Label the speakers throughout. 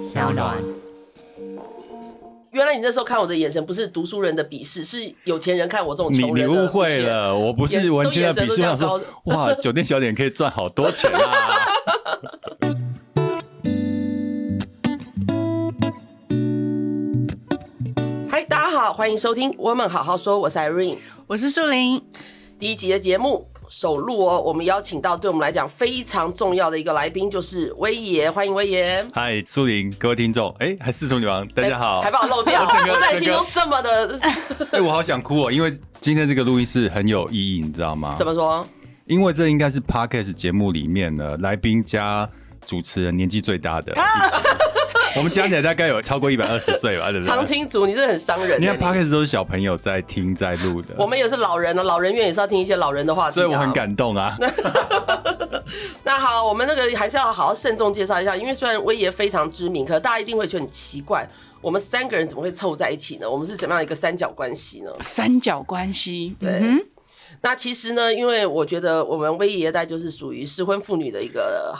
Speaker 1: 小暖。
Speaker 2: 原来你那时候看我的眼神不是读书人的鄙视，是有钱人看我这种
Speaker 1: 你
Speaker 2: 穷
Speaker 1: 你
Speaker 2: 人的
Speaker 1: 误会
Speaker 2: 视线。
Speaker 1: 了，我不是
Speaker 2: 眼
Speaker 1: 文青的
Speaker 2: 都
Speaker 1: 鄙
Speaker 2: 眼神都
Speaker 1: 视，
Speaker 2: 这
Speaker 1: 我
Speaker 2: 样
Speaker 1: 想说， 哇，酒店小姐可以赚好多钱啊！
Speaker 2: 嗨，大家好，欢迎收听《我们好好说》，我是 Irene。
Speaker 3: 我是树林，
Speaker 2: 第一集的节目首录哦，我们邀请到对我们来讲非常重要的一个来宾，就是威爷，欢迎威爷。哎
Speaker 1: 嗨，苏林，各位听众，哎，还是处女王，大家好
Speaker 2: 还。把我漏 掉，
Speaker 1: 我整个
Speaker 2: 我在你心中这么的，？
Speaker 1: 哎，我好想哭哦，因为今天这个录音室很有意义，你知道吗
Speaker 2: 怎么说？
Speaker 1: 因为这应该是 podcast 节目里面呢，来宾加主持人年纪最大的一
Speaker 2: 啊
Speaker 1: 集。我们加起来大概有超过一百二十岁 吧，对不
Speaker 2: 长
Speaker 1: 对？
Speaker 2: 青组，你真的很伤人
Speaker 1: 你
Speaker 2: 耶。
Speaker 1: 看 podcast 都是小朋友在听在录的
Speaker 2: 你，我们也是老人了，啊老人院也是要听一些老人的话题、啊。
Speaker 1: 所以我很感动啊。
Speaker 2: 那好，我们那个还是要好好慎重介绍一下，因为虽然威爷非常知名，可大家一定会觉得很奇怪，我们三个人怎么会凑在一起呢？我 们是怎么样一个三角关系呢？
Speaker 3: 三角关系，
Speaker 2: 对，
Speaker 3: 嗯
Speaker 2: 那其实呢，因为我觉得我们威爷代就是属于失婚妇女的一个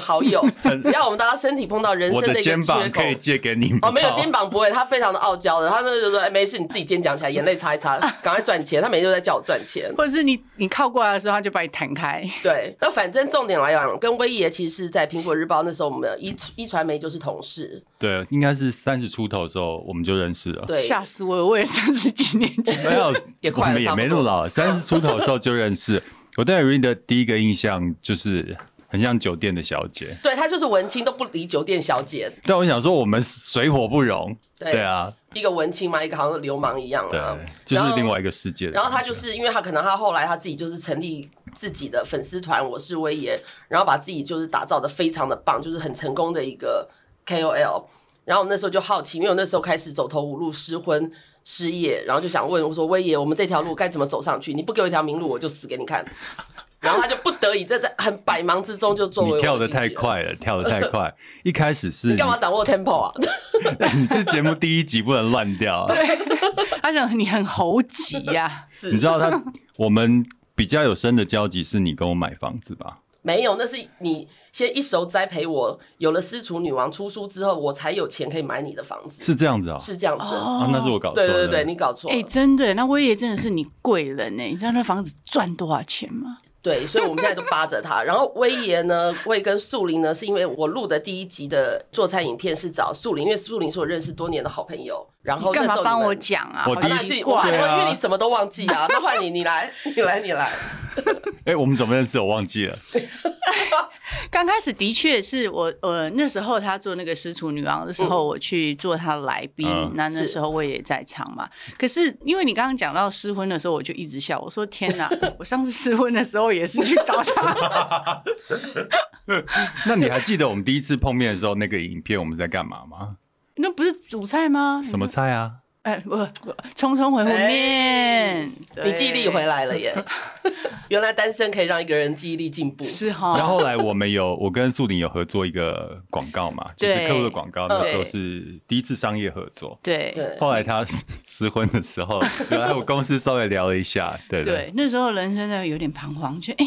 Speaker 2: 好 友，只要我们大家身体碰到人
Speaker 1: 我
Speaker 2: 生
Speaker 1: 的
Speaker 2: 一个
Speaker 1: 肩膀
Speaker 2: 缺口
Speaker 1: 可。以借给你们吗
Speaker 2: 哦，没有肩膀不会，他非常的傲娇的，他那就说，哎，没事，你自己肩讲起来，眼泪擦一擦，赶快赚钱。他每天都在叫我赚钱
Speaker 3: 哼，。或者是你你靠过来的时候，他就把你弹开，
Speaker 2: 对，那反正重点来讲，跟威爷其实是在苹果日报那时候，我们一一传媒就是同事，
Speaker 1: 对，应该是三十出头的时候我们就认识了。
Speaker 2: 对，
Speaker 3: 吓死我了！我也三十几年 前，
Speaker 1: 没有，
Speaker 2: 也快了
Speaker 1: 我们也
Speaker 2: 差不多
Speaker 1: 没那么 老，三十出头的时候就认识。我对 Irene 的第一个印象就是很像酒店的小姐，
Speaker 2: 对他就是文青，都不理酒店小姐，
Speaker 1: 但我想说我们水火不容。
Speaker 2: 对
Speaker 1: 对啊，
Speaker 2: 一个文青嘛，一个好像流氓一样
Speaker 1: 对
Speaker 2: 啊。，
Speaker 1: 就是另外一个世界的
Speaker 2: 然后他
Speaker 1: 感觉
Speaker 2: 就是因为他可能他后来他自己就是成立自己的粉丝团，我是威爷，然后把自己就是打造的非常的棒，就是很成功的一个 KOL。然后我那时候就好奇，因为我那时候开始走投无路，失婚失业，然后就想问我说威爷，我们这条路该怎么走上去？你不给我一条明路，我就死给你看。然后他就不得已在在很百忙之中就作为我
Speaker 1: 你
Speaker 2: 的
Speaker 1: 跳的
Speaker 2: 经纪
Speaker 1: 太
Speaker 2: 人，
Speaker 1: 快了，跳的太快。 一开始是
Speaker 2: 你干嘛掌握 tempo 啊？
Speaker 1: 你？ 你这节目第一集不能乱掉啊。
Speaker 3: 他想你很猴急啊 呀、
Speaker 2: 是
Speaker 1: 你知道他我们比较有深的交集是你跟我买房子吧？
Speaker 2: 没有，那是你先一手栽培我，有了《私厨女王》出书之后，我才有钱可以买你的房子，
Speaker 1: 是这样子啊？
Speaker 2: 是这样子。
Speaker 1: 啊，那是我搞错
Speaker 2: 对
Speaker 1: 了。
Speaker 2: 对对，你搞错
Speaker 3: 哦哎、
Speaker 2: 了。
Speaker 3: 真的，那威爷真的是你贵人呢、欸你知道那房子赚多少钱吗？
Speaker 2: 对，所以我们现在都扒着他。然后威爷呢，魏跟树林呢，是因为我录的第一集的做菜影片是找树林，因为树林是我认识多年的好朋友。然后
Speaker 3: 你
Speaker 2: 哦那
Speaker 3: 干
Speaker 2: 时
Speaker 3: 嘛
Speaker 2: 候
Speaker 3: 帮
Speaker 2: 你们
Speaker 3: 我？讲啊？
Speaker 1: 我
Speaker 3: 好
Speaker 1: 第
Speaker 2: 啊
Speaker 1: 一
Speaker 2: 那
Speaker 3: 奇
Speaker 2: 你自己
Speaker 3: 怪
Speaker 2: 我
Speaker 1: 对啊
Speaker 2: 因为你什么都忘记啊。那换你，你来，你来，你来。
Speaker 1: 哎、我们怎么认识？我忘记了。
Speaker 3: 刚开始的确是我，呃，那时候他做那个《师厨女王》的时候，我去做他的来宾，
Speaker 1: 嗯
Speaker 3: 那那
Speaker 2: 嗯是
Speaker 3: 时候我也在场嘛。可是因为你刚刚讲到失婚的时候，我就一直笑，我说天 哪，我上次失婚的时候也是去找他，
Speaker 1: 那你还记得我们第一次碰面的时候那个影片我们在干嘛吗？
Speaker 3: 那不是主菜吗？
Speaker 1: 什么？菜啊？
Speaker 3: 哎，我我匆匆回魂面，对
Speaker 2: 哎你记忆力回来了耶！原来单身可以让一个人记忆力进步。
Speaker 3: 是哈？
Speaker 1: 然后后来我们有我跟素玲有合作一个广告 嘛，就是
Speaker 3: 对
Speaker 1: 客户的广告，那
Speaker 3: 对
Speaker 1: 时候是第一次商业合作。
Speaker 3: 对
Speaker 2: 对，
Speaker 1: 后来他失婚的时 候，有来我公司稍微聊了一下，对
Speaker 3: 对，那时候人生呢有点彷徨，就哎。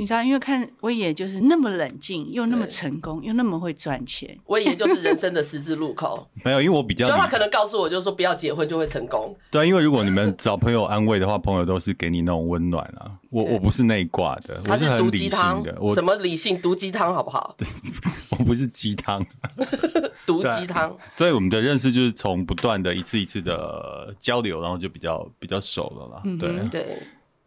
Speaker 3: 你知道，因为看威爷就是那么冷静，又那么
Speaker 2: 对
Speaker 3: 成功，又那么会赚钱，
Speaker 2: 威爷就是人生的十字路口。
Speaker 1: 没有，因为我比较
Speaker 2: 就他可能告诉我，就是说不要结婚就会成功。
Speaker 1: 对，啊因为如果你们找朋友安慰的话，朋友都是给你那种温暖啊。我
Speaker 3: 对
Speaker 1: 我不是那一挂的，我
Speaker 2: 他
Speaker 1: 很
Speaker 2: 毒
Speaker 1: 理
Speaker 2: 鸡
Speaker 1: 性
Speaker 2: 汤
Speaker 1: 的，，我
Speaker 2: 什么理性毒鸡汤好不好？
Speaker 1: 我不是鸡汤，
Speaker 2: 毒鸡汤。
Speaker 1: 所以我们的认识就是从不断的一次一次的交流，然后就比较比较熟了啦。对，
Speaker 2: 对，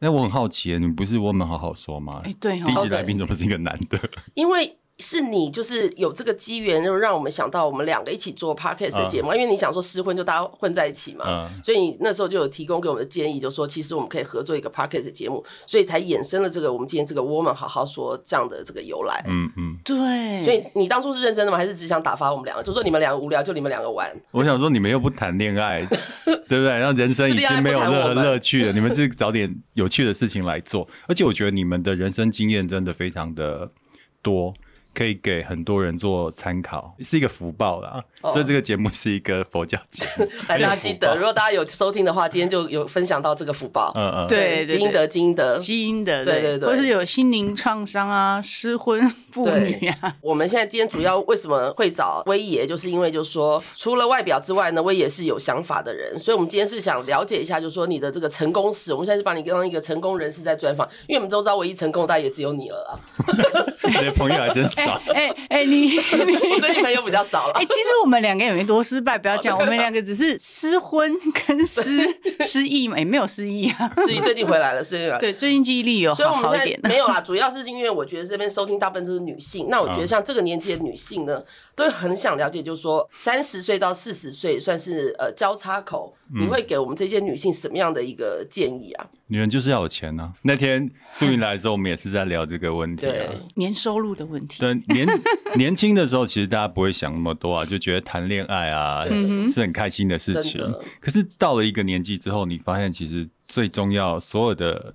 Speaker 1: 那我很好奇耶，你不是我们好好说吗？
Speaker 3: 哎，对哦
Speaker 1: 第一，集来宾怎么是一个男 的？
Speaker 2: 因为是你就是有这个机缘，就让我们想到我们两个一起做 podcast 的节目，因为你想说失婚就大家混在一起嘛。
Speaker 1: 嗯，
Speaker 2: 所以你那时候就有提供给我们的建议，就说其实我们可以合作一个 p o d c a s t 节目，所以才衍生了这个我们今天这个 woman 好好说这样的这个由来。
Speaker 1: 嗯嗯，
Speaker 3: 对，
Speaker 2: 所以你当初是认真的吗？还是只想打发我们两个？就说你们两个无聊，就你们两个玩。
Speaker 1: 我想说你们又不谈恋爱，对不对？然后人生已经没有任何乐趣了，你们自己找点有趣的事情来做。而且我觉得你们的人生经验真的非常的多，可以给很多人做参考，是一个福报啦。
Speaker 2: 哦，
Speaker 1: 所以这个节目是一个佛教节目
Speaker 2: 来，大家记得，
Speaker 1: 有
Speaker 2: 如
Speaker 1: 点福报
Speaker 2: 果大家有收听的话，今天就有分享到这个福报。
Speaker 1: 嗯嗯，
Speaker 3: 对对
Speaker 2: 积阴德，积阴德。
Speaker 3: 基因的，
Speaker 2: 对对对
Speaker 3: 或是有心灵创伤 啊、失婚妇女啊，
Speaker 2: 我们现在今天主要为什么会找威爷，就是因为就是说，除了外表之外呢，威爷是有想法的人，所以我们今天是想了解一下，就是说你的这个成功史。我们现在是把你当一个成功人士在专访，因为我们都知道唯一成功大概也只有你了啦，
Speaker 1: 你的朋友还真
Speaker 3: 哎。
Speaker 1: 少
Speaker 3: 哎哎，你你。
Speaker 2: 我最近朋友比较少了
Speaker 3: 哎、。其实我们两个也没多失败，不要这样，我们两个只是失婚跟失失忆嘛，也、没有失忆啊。
Speaker 2: 所以最近回来了，所以
Speaker 3: 对，最近记忆力有
Speaker 2: 所以
Speaker 3: 好
Speaker 2: 我们
Speaker 3: 好一
Speaker 2: 现
Speaker 3: 点
Speaker 2: 在没有啦，主要是因为我觉得这边收听大部分都是女性，那我觉得像这个年纪的女性呢，都很想了解，就是说三十岁到四十岁算是呃交叉口，你会给我们这些女性什么样的一个建议啊？
Speaker 1: 女人就是要有钱呢、那天素云来的时候，我们也是在聊这个问题
Speaker 2: 对
Speaker 1: 啊。，
Speaker 3: 年收入的问题。
Speaker 1: 对，年 年轻的时候，其实大家不会想那么多啊，就觉得谈恋爱啊是很开心的事情
Speaker 2: 嗯真的。
Speaker 1: 可是到了一个年纪之后，你发现其实最重要所有的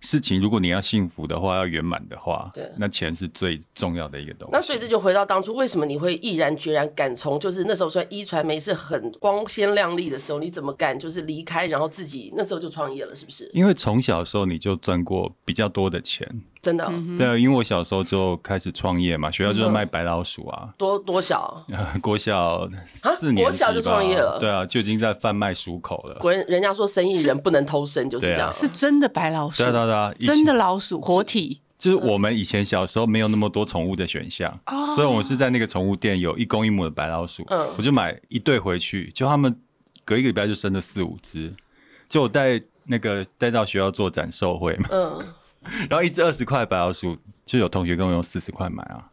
Speaker 1: 事情，如果你要幸福的话，要圆满的话
Speaker 2: 对，
Speaker 1: 那钱是最重要的一个东西。
Speaker 2: 那所以这就回到当初，为什么你会毅然决然敢从就是那时候说一传媒是很光鲜亮丽的时候，你怎么敢就是离开，然后自己那时候就创业了，是不是？
Speaker 1: 因为从小的时候你就赚过比较多的钱，
Speaker 2: 真的哦、
Speaker 1: 对，因为我小时候就开始创业嘛，学校就是卖白老鼠啊，
Speaker 2: 多多小，
Speaker 1: 国小四年
Speaker 2: 啊国小
Speaker 1: 级
Speaker 2: 就
Speaker 1: 吧
Speaker 2: 创业了
Speaker 1: 对啊，就已经在贩卖鼠口了。
Speaker 2: 果然人家说生意人不能偷生，就是
Speaker 1: 对啊
Speaker 2: 这样。
Speaker 3: 是真的白老鼠，
Speaker 1: 对啊对啊对啊，以前
Speaker 3: 真的老鼠活体，
Speaker 1: 就是我们以前小时候没有那么多宠物的选项，
Speaker 3: 哦
Speaker 1: 所以我们是在那个宠物店有一公一母的白老鼠，
Speaker 2: 嗯
Speaker 1: 我就买一对回去，就他们隔一个礼拜就生了四五只，就我带那个带到学校做展售会 嘛，
Speaker 2: 嗯，
Speaker 1: 然后一只二十块的白老鼠，就有同学跟我用四十块买啊，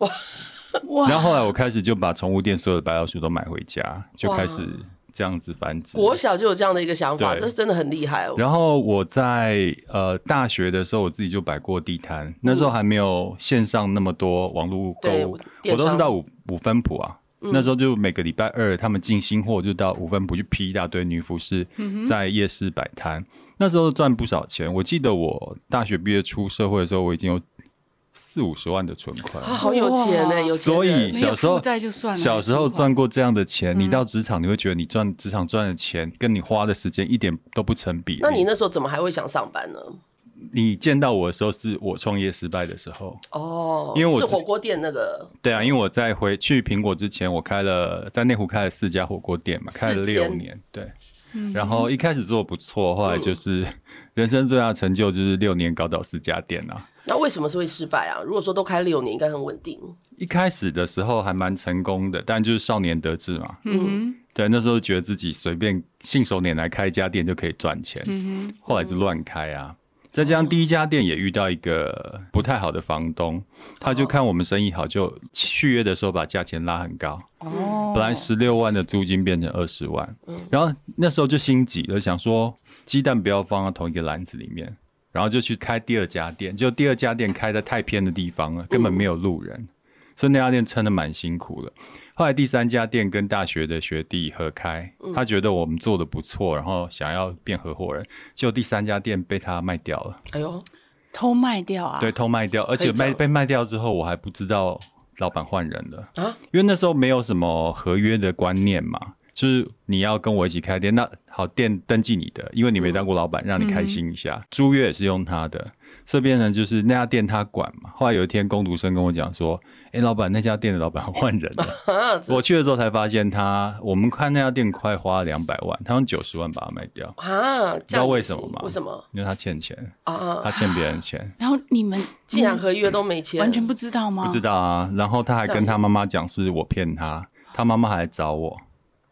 Speaker 3: 哇
Speaker 1: 然后后来我开始就把宠物店所有的白老鼠都买回家，就开始这样子繁殖。
Speaker 2: 国小就有这样的一个想法，
Speaker 1: 对
Speaker 2: 这真的很厉害哦。
Speaker 1: 然后我在呃大学的时候，我自己就摆过地摊，那时候还没有线上那么多网络购
Speaker 2: 对
Speaker 1: 物，
Speaker 2: 电
Speaker 1: 我
Speaker 2: 商嗯
Speaker 1: 都是到五五分铺啊。那时候就每个礼拜二，他们进新货就到五分铺去批一大堆女服饰，
Speaker 2: 嗯
Speaker 1: 在夜市摆摊。那时候赚不少钱，我记得我大学毕业出社会的时候，我已经有四五十万的存款了。
Speaker 2: 啊，好有钱呢、
Speaker 3: 哇
Speaker 2: 有钱
Speaker 1: 所以
Speaker 2: 人
Speaker 3: 没有
Speaker 1: 小时候
Speaker 3: 负债就算了
Speaker 1: 小时
Speaker 3: 还
Speaker 1: 候
Speaker 3: 存款
Speaker 1: 赚过这样的
Speaker 2: 嗯
Speaker 1: 钱，你到职场你会觉得你赚职场赚的钱跟你花的时间一点都不成比例。
Speaker 2: 那你那时候怎么还会想上班呢？
Speaker 1: 你见到我的时候，是我创业失败的时候。
Speaker 2: 哦，
Speaker 1: 因为我
Speaker 2: 是
Speaker 1: 自
Speaker 2: 火锅店那个
Speaker 1: 对啊，因为我在回去苹果之前，我开了在内湖开了四家火锅店嘛，
Speaker 2: 四
Speaker 1: 开了
Speaker 2: 间嗯
Speaker 1: 六年。对，然后一开始做得不错，后来就是人生最大的成就就是六年搞到四家店啊。
Speaker 2: 那为什么是会失败啊？如果说都开六年，应该很稳定。
Speaker 1: 一开始的时候还蛮成功的，但就是少年得志嘛。
Speaker 3: 嗯
Speaker 1: 对，那时候觉得自己随便信手拈来开一家店就可以赚钱，后来就乱开啊。再加上第一家店也遇到一个不太好的房东，他就看我们生意好，就续约的时候把价钱拉很高，
Speaker 3: 哼，哦，嗯
Speaker 1: 本来十六万的租金变成二十万，然后那时候就心急了，想说鸡蛋不要放到同一个篮子里面，然后就去开第二家店，就第二家店开在太偏的地方了，
Speaker 3: 嗯
Speaker 1: 根本没有路人，所以那家店撑的蛮辛苦的。后来第三家店跟大学的学弟合开，
Speaker 3: 嗯
Speaker 1: 他觉得我们做的不错，然后想要变合伙人，结果第三家店被他卖掉了，
Speaker 2: 哎呦，
Speaker 3: 偷卖掉啊，
Speaker 1: 对，，偷卖掉，而
Speaker 2: 可以
Speaker 1: 且
Speaker 2: 这
Speaker 1: 卖
Speaker 2: 样
Speaker 1: 被卖掉之后，我还不知道老板换人了。
Speaker 2: 啊，
Speaker 1: 因为那时候没有什么合约的观念嘛，就是你要跟我一起开店，那好店登记你的，因为你没当过老板，让你开心一下。租约也是用他的，所以变成就是那家店他管嘛。后来有一天，工读生跟我讲说：“哎、老板，那家店的老板换人了。
Speaker 2: 啊，”这
Speaker 1: 我去的时候才发现他，我们看那家店快花了两百万，他用九十万把它卖掉，
Speaker 2: 啊，知
Speaker 1: 知道为什么吗
Speaker 2: 为什么
Speaker 1: 因为他欠钱，
Speaker 2: 啊？
Speaker 1: 他欠别人钱。
Speaker 3: 然后你们
Speaker 2: 既然合约都没签，
Speaker 3: 完全不知道吗？
Speaker 1: 不知道
Speaker 2: 哦
Speaker 1: 啊。然后他还跟他妈妈讲是我骗他，他妈妈还来找我。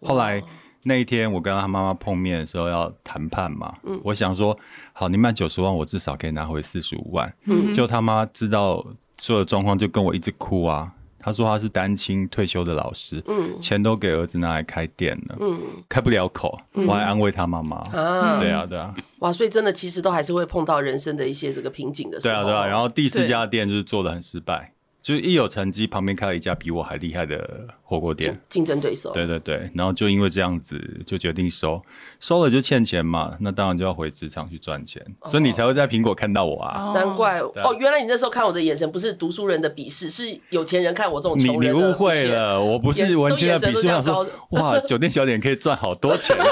Speaker 1: 后来那一天我跟他妈妈碰面的时候要谈判嘛，
Speaker 2: 嗯
Speaker 1: 我想说好，你卖九十万，我至少可以拿回四十五万。
Speaker 2: 嗯
Speaker 1: 就他妈知道所有状况，就跟我一直哭啊。他说他是单亲退休的老师，
Speaker 2: 嗯
Speaker 1: 钱都给儿子拿来开店了，
Speaker 2: 嗯
Speaker 1: 开不了口，我还安慰他妈妈。
Speaker 2: 啊，
Speaker 1: 对啊，对啊，
Speaker 2: 哇，所以真的其实都还是会碰到人生的一些这个瓶颈的时
Speaker 1: 对
Speaker 2: 候。
Speaker 1: 啊，对啊。然后第四
Speaker 3: 对
Speaker 1: 家店就是做的很失败，就是一有成绩，旁边开了一家比我还厉害的火锅店
Speaker 2: 竞。竞争对手。
Speaker 1: 对对对，然后就因为这样子，就决定收，收了就欠钱嘛，那当然就要回职场去赚钱，
Speaker 2: 哦
Speaker 1: 所以你才会在苹果看到我啊。
Speaker 2: 难怪
Speaker 1: 对
Speaker 2: 哦，原来你那时候看我的眼神不是读书人的鄙视，是有钱人看哦我这种
Speaker 1: 你
Speaker 2: 穷
Speaker 1: 你
Speaker 2: 人的
Speaker 1: 误
Speaker 2: 鄙
Speaker 1: 会
Speaker 2: 视。
Speaker 1: 了，我不
Speaker 2: 眼
Speaker 1: 是文青的
Speaker 2: 都
Speaker 1: 鄙
Speaker 2: 眼神都
Speaker 1: 视，
Speaker 2: 这
Speaker 1: 我
Speaker 2: 样
Speaker 1: 想说，哇，酒店小点可以赚好多钱 啊。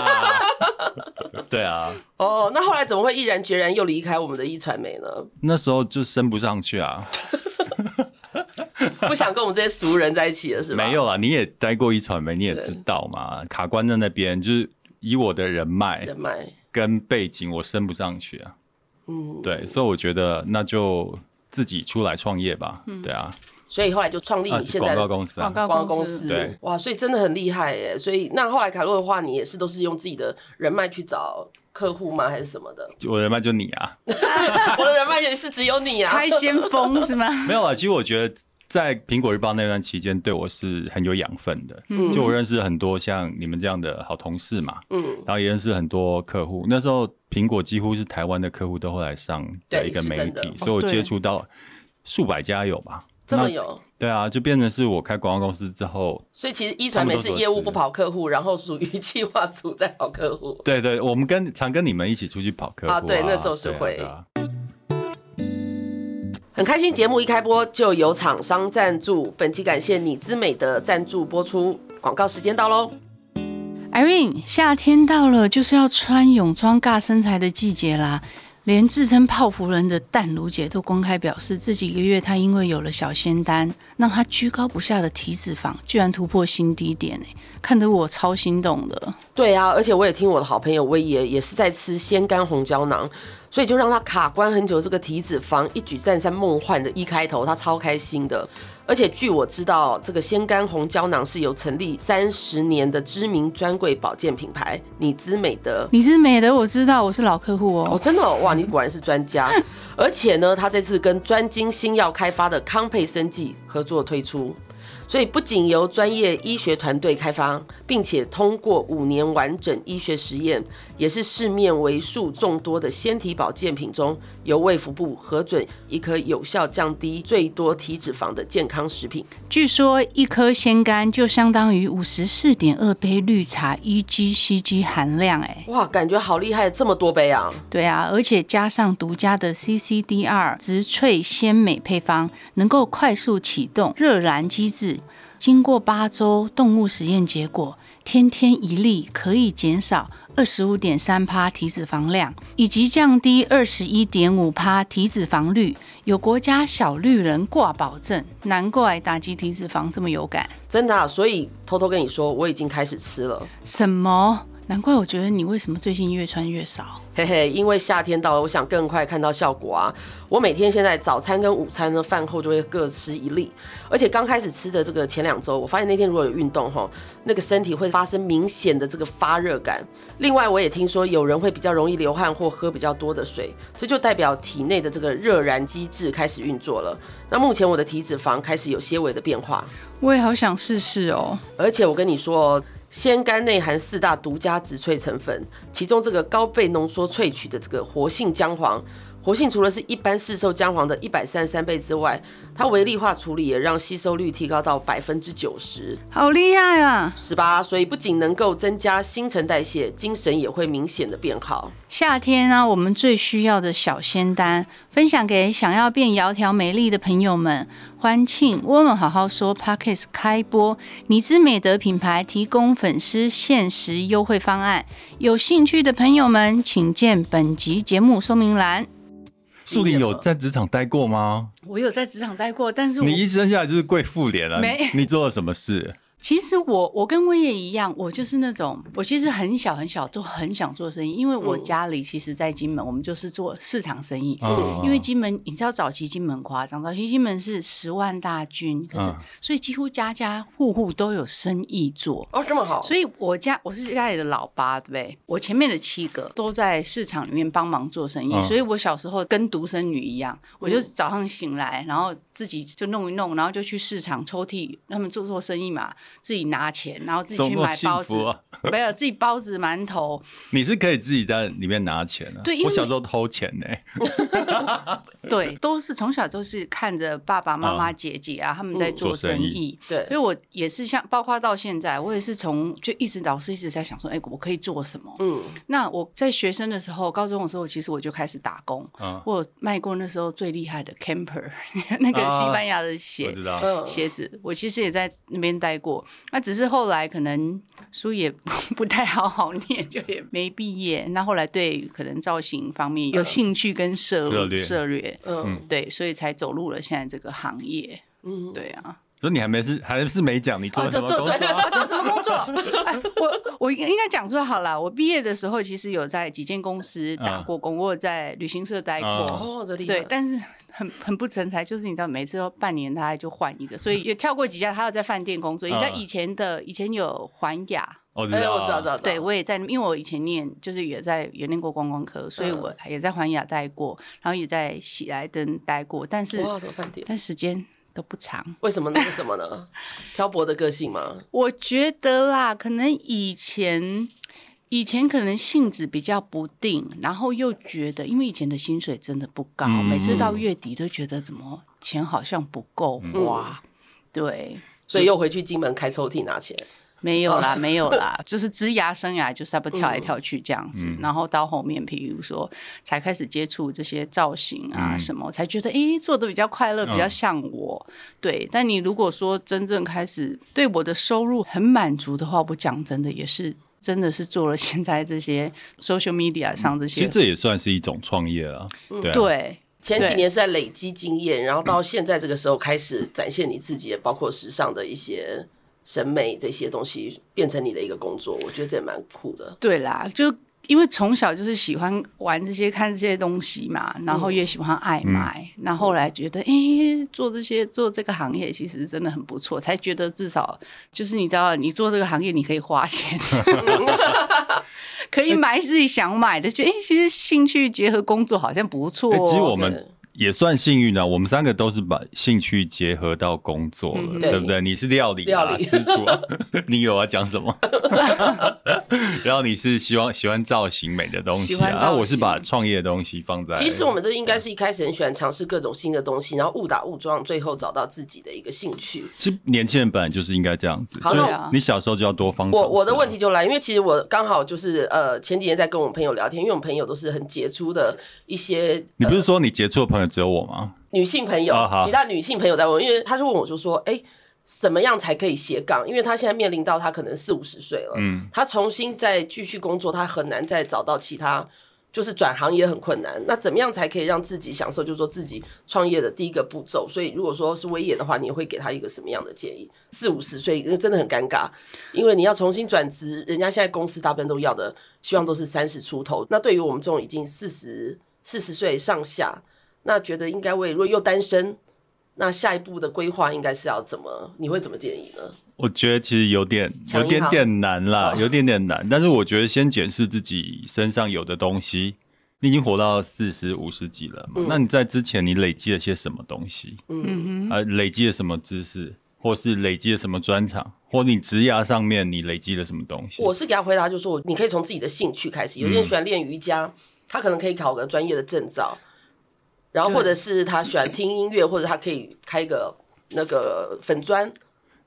Speaker 1: 对啊，
Speaker 2: 哦，那后来怎么会毅然决然又离开我们的一传媒呢？
Speaker 1: 那时候就升不上去啊，
Speaker 2: 不想跟我们这些俗人在一起了，是吧？
Speaker 1: 没有啦，你也待过一传媒，你也知道嘛，卡关在那边，就是以我的人脉
Speaker 2: 人脉，
Speaker 1: 跟背景，我升不上去啊。
Speaker 2: 嗯，
Speaker 1: 对，所以我觉得那就自己出来创业吧。
Speaker 2: 嗯
Speaker 1: 对啊，
Speaker 2: 所以后来就创立
Speaker 1: 啊
Speaker 2: 你现在
Speaker 1: 广
Speaker 2: 的
Speaker 1: 告公司啊
Speaker 3: 广，告
Speaker 2: 广告
Speaker 3: 公
Speaker 2: 公
Speaker 3: 司
Speaker 2: 司。
Speaker 1: 对
Speaker 2: 哇，所以真的很厉害耶！所以那后来凯洛的话，你也是都是用自己的人脉去找客户吗？还是什么 的？
Speaker 1: 我的人脉就你啊，
Speaker 2: 我的人脉也是只有你啊。
Speaker 3: 开先锋是吗？
Speaker 1: 没有啊。其实我觉得在苹果日报那段期间，对我是很有养分的。
Speaker 3: 嗯
Speaker 1: 就我认识很多像你们这样的好同事嘛，
Speaker 2: 嗯，
Speaker 1: 然后也认识很多客户。那时候苹果几乎是台湾的客户都会来上的
Speaker 2: 对
Speaker 1: 一个
Speaker 2: 是
Speaker 1: 媒
Speaker 2: 真的
Speaker 1: 体，
Speaker 2: 哦
Speaker 1: 所以我
Speaker 3: 对
Speaker 1: 接触到数百家有吧。
Speaker 2: 这么
Speaker 1: 那
Speaker 2: 有，
Speaker 1: 对啊，就变成是我开广告公司之后，
Speaker 2: 所以其实一传媒是业务不跑客户，然后属于 计划组在跑客户。
Speaker 1: 对对，我们跟常跟你们一起出去跑客户
Speaker 2: 啊对那时候是
Speaker 1: 对啊
Speaker 2: 会
Speaker 1: 对啊
Speaker 2: 很开心，节目一开播就有厂商赞助，本期感谢你之美的赞助播出。广告时间到喽！
Speaker 3: Irene，夏天到了，就是要穿泳装尬身材的季节啦。连自称泡芙人的淡如姐都公开表示，这几个月她因为有了小仙丹，让她居高不下的体脂肪居然突破新低点、欸，看得我超心动的。
Speaker 2: 对啊，而且我也听我的好朋友威爷也是在吃鲜干红胶囊，所以就让他卡关很久这个体脂肪一举战胜梦幻的一开头，他超开心的。而且据我知道，这个鲜干红胶囊是由成立三十年的知名专柜保健品牌你之美的
Speaker 3: 你是美的，我知道，我是老客户
Speaker 2: 哦，
Speaker 3: 哦。
Speaker 2: 真的、哦、哇，你果然是专家。而且呢，他这次跟专精新药开发的康佩生技合作推出，所以不仅由专业医学团队开发，并且通过五年完整医学实验，也是市面为数众多的纤体保健品中，由卫福部核准一颗有效降低最多体脂肪的健康食品。
Speaker 3: 据说一颗仙丹就相当于五十四点二杯绿茶 EGCG 含量、欸，哎，
Speaker 2: 哇，感觉好厉害，这么多杯啊！
Speaker 3: 对啊，而且加上独家的 CCDR 植萃鲜美配方，能够快速启动热燃机制。经过八周动物实验结果，天天一粒可以减少二十五点三帕体脂肪量，以及降低二十一点五帕体脂肪率。有国家小绿人挂保证，难怪打击体脂肪这么有感。
Speaker 2: 真的、啊，所以偷偷跟你说，我已经开始吃了。
Speaker 3: 什么？难怪我觉得你为什么最近越穿越少？
Speaker 2: 嘿嘿，因为夏天到了，我想更快看到效果啊！我每天现在早餐跟午餐呢，饭后就会各吃一粒，而且刚开始吃的这个前两周，我发现那天如果有运动吼，那个身体会发生明显的这个发热感。另外，我也听说有人会比较容易流汗或喝比较多的水，这就代表体内的这个热燃机制开始运作了。那目前我的体脂肪开始有些微的变化，
Speaker 3: 我也好想试试哦。
Speaker 2: 而且我跟你说哦，鲜干内含四大独家植萃成分，其中这个高倍浓缩萃取的这个活性姜黄，活性除了是一般市售姜黄的一百三十三倍之外，它微粒化处理也让吸收率提高到百分之九十，
Speaker 3: 好厉害啊！
Speaker 2: 十八，所以不仅能够增加新陈代谢，精神也会明显的变好。
Speaker 3: 夏天呢、我们最需要的小仙丹，分享给想要变窈窕美丽的朋友们。欢庆我们好好说 Pockets 开播，你知美德品牌提供粉丝限时优惠方案，有兴趣的朋友们，请见本集节目说明栏。
Speaker 1: 树林有在职场待过吗？
Speaker 3: 我有在职场待过，但是我
Speaker 1: 你一生下来就是贵妇脸啊！
Speaker 3: 没
Speaker 1: 你做了什么事？
Speaker 3: 其实我我跟威爷一样，我就是那种我其实很小很小都很想做生意，因为
Speaker 1: 哦
Speaker 3: 我
Speaker 2: 嗯
Speaker 3: 家里其实在金门，我们就是做市场生意。
Speaker 1: 嗯
Speaker 3: 因为金门，你知道早期金门夸张，早期金门是十万大军，可是、
Speaker 1: 嗯
Speaker 3: 所以几乎家家户户都有生意做。
Speaker 2: 哦，这么好，
Speaker 3: 所以我家我是家里的老八，对不对？我前面的七个都在市场里面帮忙做生意，
Speaker 1: 嗯
Speaker 3: 所以我小时候跟独生女一样，我就早上醒来，然后自己就弄一弄，然后就去市场抽屉，他们做做生意嘛，自己拿钱，然后自己
Speaker 1: 怎
Speaker 3: 去
Speaker 1: 么
Speaker 3: 买包
Speaker 1: 幸
Speaker 3: 子，
Speaker 1: 福啊
Speaker 3: 没有自己包子、馒头。
Speaker 1: 你是可以自己在里面拿钱啊。
Speaker 3: 对因为
Speaker 1: 我小时候偷钱呢、
Speaker 3: 对，都是从小都是看着爸爸妈妈、
Speaker 1: 嗯
Speaker 3: 姐姐啊，他们在
Speaker 2: 嗯
Speaker 1: 做生
Speaker 3: 生
Speaker 1: 意
Speaker 3: 意。
Speaker 2: 对
Speaker 3: 所以我也是像，包括到现在，我也是从就一直老师一直在想说，哎、我可以做什么？
Speaker 2: 嗯，
Speaker 3: 那我在学生的时候，高中的时候，其实我就开始打工。
Speaker 1: 嗯，
Speaker 3: 我有卖过那时候最厉害的 Camper，那个
Speaker 1: 啊
Speaker 3: 西班牙的
Speaker 1: 我
Speaker 3: 鞋、
Speaker 1: 知道。
Speaker 2: 嗯，
Speaker 3: 鞋子，我其实也在那边待过。那只是后来可能书也不太好好念，就也没毕业。那后来对可能造型方面
Speaker 1: 嗯
Speaker 3: 有兴趣跟涉
Speaker 1: 热烈
Speaker 3: 涉略，
Speaker 2: 嗯
Speaker 3: 对，所以才走入了现在这个行业。
Speaker 2: 嗯，
Speaker 3: 对啊。
Speaker 1: 所以你还没是还是没讲你做
Speaker 3: 哦，
Speaker 1: 什
Speaker 3: 做
Speaker 1: 么
Speaker 3: 做
Speaker 1: 工
Speaker 3: 做
Speaker 1: 作啊？
Speaker 3: 我做什么工作？哎我我应该讲说好了，我毕业的时候其实有在几间公司打过工，我有在旅行社待
Speaker 1: 嗯
Speaker 3: 过。
Speaker 2: 哦，这厉害，
Speaker 3: 对，但是很很不成才，就是你知道，每次都半年大概就换一个，所以也跳过几家。还有在饭店工作，
Speaker 1: 嗯
Speaker 3: 你知道以前的以前有环亚，
Speaker 1: 我知
Speaker 2: 哎，
Speaker 1: 道，
Speaker 2: 我知道，知道，知道
Speaker 3: 对，我也在那，因为我以前念就是也在也念过观光科，所
Speaker 2: 嗯
Speaker 3: 以我也在环亚待过，然后也在喜来登待过，但是
Speaker 2: 哇，怎么饭店？
Speaker 3: 但时间都不长。
Speaker 2: 为什么呢？为什 么呢？漂泊的个性嘛，
Speaker 3: 我觉得啦，可能以前以前可能性子比较不定，然后又觉得，因为以前的薪水真的不高，
Speaker 1: 嗯
Speaker 3: 每次到月底都觉得怎么钱好像不够
Speaker 1: 嗯
Speaker 3: 花。对，
Speaker 2: 所以又回去金门开抽屉拿钱。
Speaker 3: 没有
Speaker 1: 哦
Speaker 3: 啦，没有啦， 就是职涯生涯就差不多跳来跳去这样
Speaker 1: 嗯
Speaker 3: 子，然后到后面，比如说才开始接触这些造型啊
Speaker 1: 嗯
Speaker 3: 什么，才觉得诶做的比较快乐，
Speaker 1: 嗯
Speaker 3: 比较像我。对，但你如果说真正开始对我的收入很满足的话，我讲真的也是。真的是做了现在这些 social media 上这
Speaker 1: 嗯其
Speaker 3: 些，
Speaker 1: 实这也算是一种创业啊。对啊
Speaker 3: 对
Speaker 2: 前几
Speaker 3: 对
Speaker 2: 年是在累积经验，然后
Speaker 1: 嗯
Speaker 2: 到现在这个时候开始展现你自己的，包括时尚的一些审美这些东西，变成你的一个工作，我觉得这也蛮酷的。
Speaker 3: 对啦，就因为从小就是喜欢玩这些、看这些东西嘛，然后也喜欢爱买，
Speaker 1: 嗯
Speaker 3: 然后后来觉得，诶，做这些做这个行业其实真的很不错，才觉得至少就是你知道，你做这个行业你可以花钱， 可以买自己想买的，觉得诶，其实兴趣结合工作好像不错、
Speaker 1: 哎
Speaker 3: 哦。
Speaker 1: 其实我们
Speaker 2: 对
Speaker 1: 也算幸运啊的、我们三个都是把兴趣结合到工作了，
Speaker 3: 嗯
Speaker 1: 对不对？你是料理、啊、
Speaker 2: 料理
Speaker 1: 私厨、啊， 你有要讲什么？ 然后你是希望喜欢造型美的东
Speaker 3: 喜
Speaker 1: 西、啊，
Speaker 3: 欢造
Speaker 1: 然后我是
Speaker 3: 型
Speaker 1: 把创业的东西放在。
Speaker 2: 其实我们这应该是一开始很喜欢尝试各种新的东西，然后误打误撞，最后找到自己的一个兴趣。
Speaker 1: 其实年轻人本来就是应该这样子，
Speaker 2: 好
Speaker 1: 就是
Speaker 2: 那
Speaker 3: 我
Speaker 1: 你小时候就要多方尝试啊。
Speaker 2: 我我的问题就来，因为其实我刚好就是呃前几天在跟我们朋友聊天，因为我们朋友都是很杰出的一些
Speaker 1: 你不是说你接触的朋友只有我吗？
Speaker 2: 女性朋友
Speaker 1: 哦好，
Speaker 2: 其他女性朋友在问，因为她就问我就说，哎、怎么样才可以斜杠？因为她现在面临到她可能四五十岁了，
Speaker 1: 嗯，
Speaker 2: 她重新再继续工作，她很难再找到其他，就是转行也很困难。那怎么样才可以让自己享受，就是说自己创业的第一个步骤？所以如果说是威业的话，你会给她一个什么样的建议？四五十岁，因为真的很尴尬，因为你要重新转职，人家现在公司大部分都要的，希望都是三十出头。那对于我们这种已经四十四十岁上下，那觉得应该为如果又单身，那下一步的规划应该是要怎么？你会怎么建议呢？
Speaker 1: 我觉得其实有点
Speaker 2: 抢
Speaker 1: 有
Speaker 2: 银
Speaker 1: 点
Speaker 2: 行
Speaker 1: 点难啦，
Speaker 2: 哦
Speaker 1: 有点点难。但是我觉得先检视自己身上有的东西，你已经活到四十五十几了嘛，
Speaker 2: 嗯
Speaker 1: 那你在之前你累积了些什么东西？
Speaker 3: 嗯
Speaker 1: 呃，累积了什么知识，或是累积了什么专长，或你职涯上面你累积了什么东西？
Speaker 2: 我是给他回答，就说你可以从自己的兴趣开始。有些人喜欢练瑜伽，他可能可以考个专业的证照，然后
Speaker 3: 对
Speaker 2: 或者是他喜欢听音乐，或者他可以开个那个粉砖。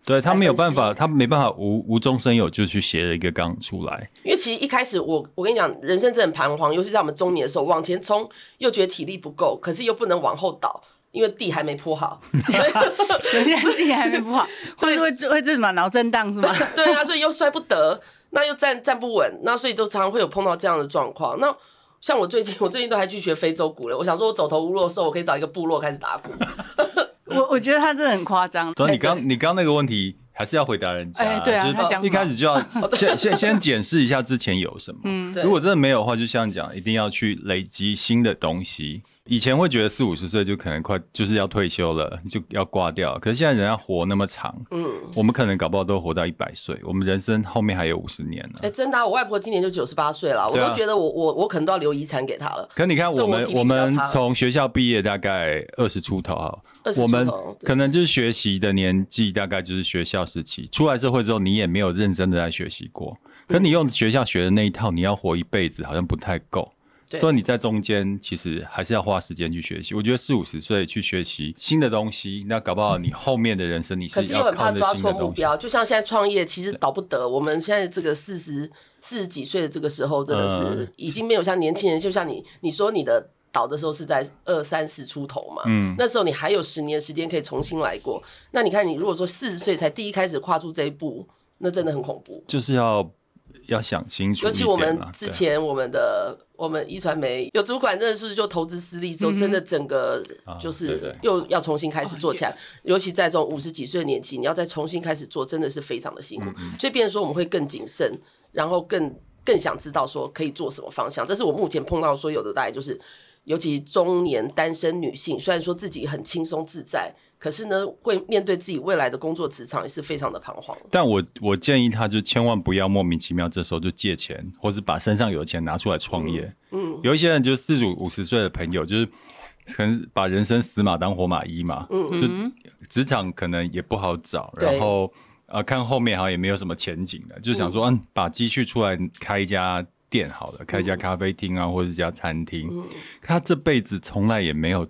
Speaker 1: 对他
Speaker 2: 来
Speaker 1: 没有
Speaker 2: 分
Speaker 1: 办
Speaker 2: 析
Speaker 1: 法，他没办法无无中生有，就去写了一个纲出来。
Speaker 2: 因为其实一开始我我跟你讲，人生真的很彷徨，尤其在我们中年的时候，往前冲又觉得体力不够，可是又不能往后倒，因为地还没铺好。所以
Speaker 3: 哼，有些人自己还没不 好，或者会会这什么脑震荡是吗？
Speaker 2: 对啊，所以又摔不得，那又站站不稳，那所以就常常会有碰到这样的状况。那像我最近， 我最近都还去学非洲鼓了。我想说，我走投无路的时候，我可以找一个部落开始打鼓。
Speaker 3: 我我觉得他真的很夸张。
Speaker 1: 所以啊你刚你刚那个问题还是要回答人家，
Speaker 3: 哎对啊
Speaker 1: 就是
Speaker 3: 他讲
Speaker 1: 一开始就要先先先检视一下之前有什么。
Speaker 3: 嗯
Speaker 2: 对
Speaker 1: 如果真的没有的话，就像讲，一定要去累积新的东西。以前会觉得四五十岁就可能快就是要退休了，就要挂掉了。可是现在人家活那么长，
Speaker 2: 嗯，
Speaker 1: 我们可能搞不好都活到一百岁，我们人生后面还有五十年呢、
Speaker 2: 哎，真的啊、我外婆今年就九十八岁了，我
Speaker 1: 对啊
Speaker 2: 都觉得我我我可能都要留遗产给她了。
Speaker 1: 可你看，我们
Speaker 2: 对我体力比较
Speaker 1: 我们
Speaker 2: 差
Speaker 1: 从学校毕业大概二十出头哈，
Speaker 2: 20
Speaker 1: 我们
Speaker 2: 出头对
Speaker 1: 可能就是学习的年纪大概就是学校时期，出来社会之后你也没有认真的在学习过，可你用学校学的那一套，你要活一辈子好像不太够。
Speaker 2: 对
Speaker 1: 所以你在中间其实还是要花时间去学习。我觉得四五十岁去学习新的东西，那搞不好你后面的人生你
Speaker 2: 可
Speaker 1: 是
Speaker 2: 是又
Speaker 1: 要
Speaker 2: 很怕
Speaker 1: 靠着
Speaker 2: 抓
Speaker 1: 新
Speaker 2: 错
Speaker 1: 的
Speaker 2: 目
Speaker 1: 东西。
Speaker 2: 标，就像现在创业，其实倒不得。我们现在这个四十四十几岁的这个时候，真的是
Speaker 1: 嗯
Speaker 2: 已经没有像年轻人，就像你你说你的倒的时候是在二三十出头嘛，
Speaker 1: 嗯
Speaker 2: 那时候你还有十年时间可以重新来过。那你看，你如果说四十岁才第一开始跨出这一步，那真的很恐怖。
Speaker 1: 就是要要想清楚
Speaker 2: 尤
Speaker 1: 一
Speaker 2: 其
Speaker 1: 点
Speaker 2: 我们
Speaker 1: 啦
Speaker 2: 之
Speaker 1: 对
Speaker 2: 前我们的我们一传媒有主管，真的是就投资失利之后，真的整个
Speaker 1: 啊
Speaker 2: 就
Speaker 1: 对
Speaker 2: 是
Speaker 1: 对
Speaker 2: 又要重新开始做起来。尤其在这种五十几岁的年纪，你要再重新开始做，真的是非常的辛
Speaker 1: 嗯
Speaker 2: 苦。所以，变成说我们会更谨慎，然后更更想知道说可以做什么方向。这是我目前碰到所有的大概就是。尤其中年单身女性，虽然说自己很轻松自在，可是呢，会面对自己未来的工作职场也是非常的彷徨。
Speaker 1: 但我我建议他就千万不要莫名其妙这时候就借钱，或是把身上有的钱拿出来创业。
Speaker 2: 嗯，
Speaker 1: 有一些人就四十五十岁的朋友，就是可能把人生死马当活马医嘛，
Speaker 3: 嗯，
Speaker 1: 就职场可能也不好找，
Speaker 2: 对
Speaker 1: 然后呃看后面好像也没有什么前景的，就想说嗯、把积蓄出来开一家店好了，开一家咖啡厅啊，或者是一家餐厅。他这辈子从来也没有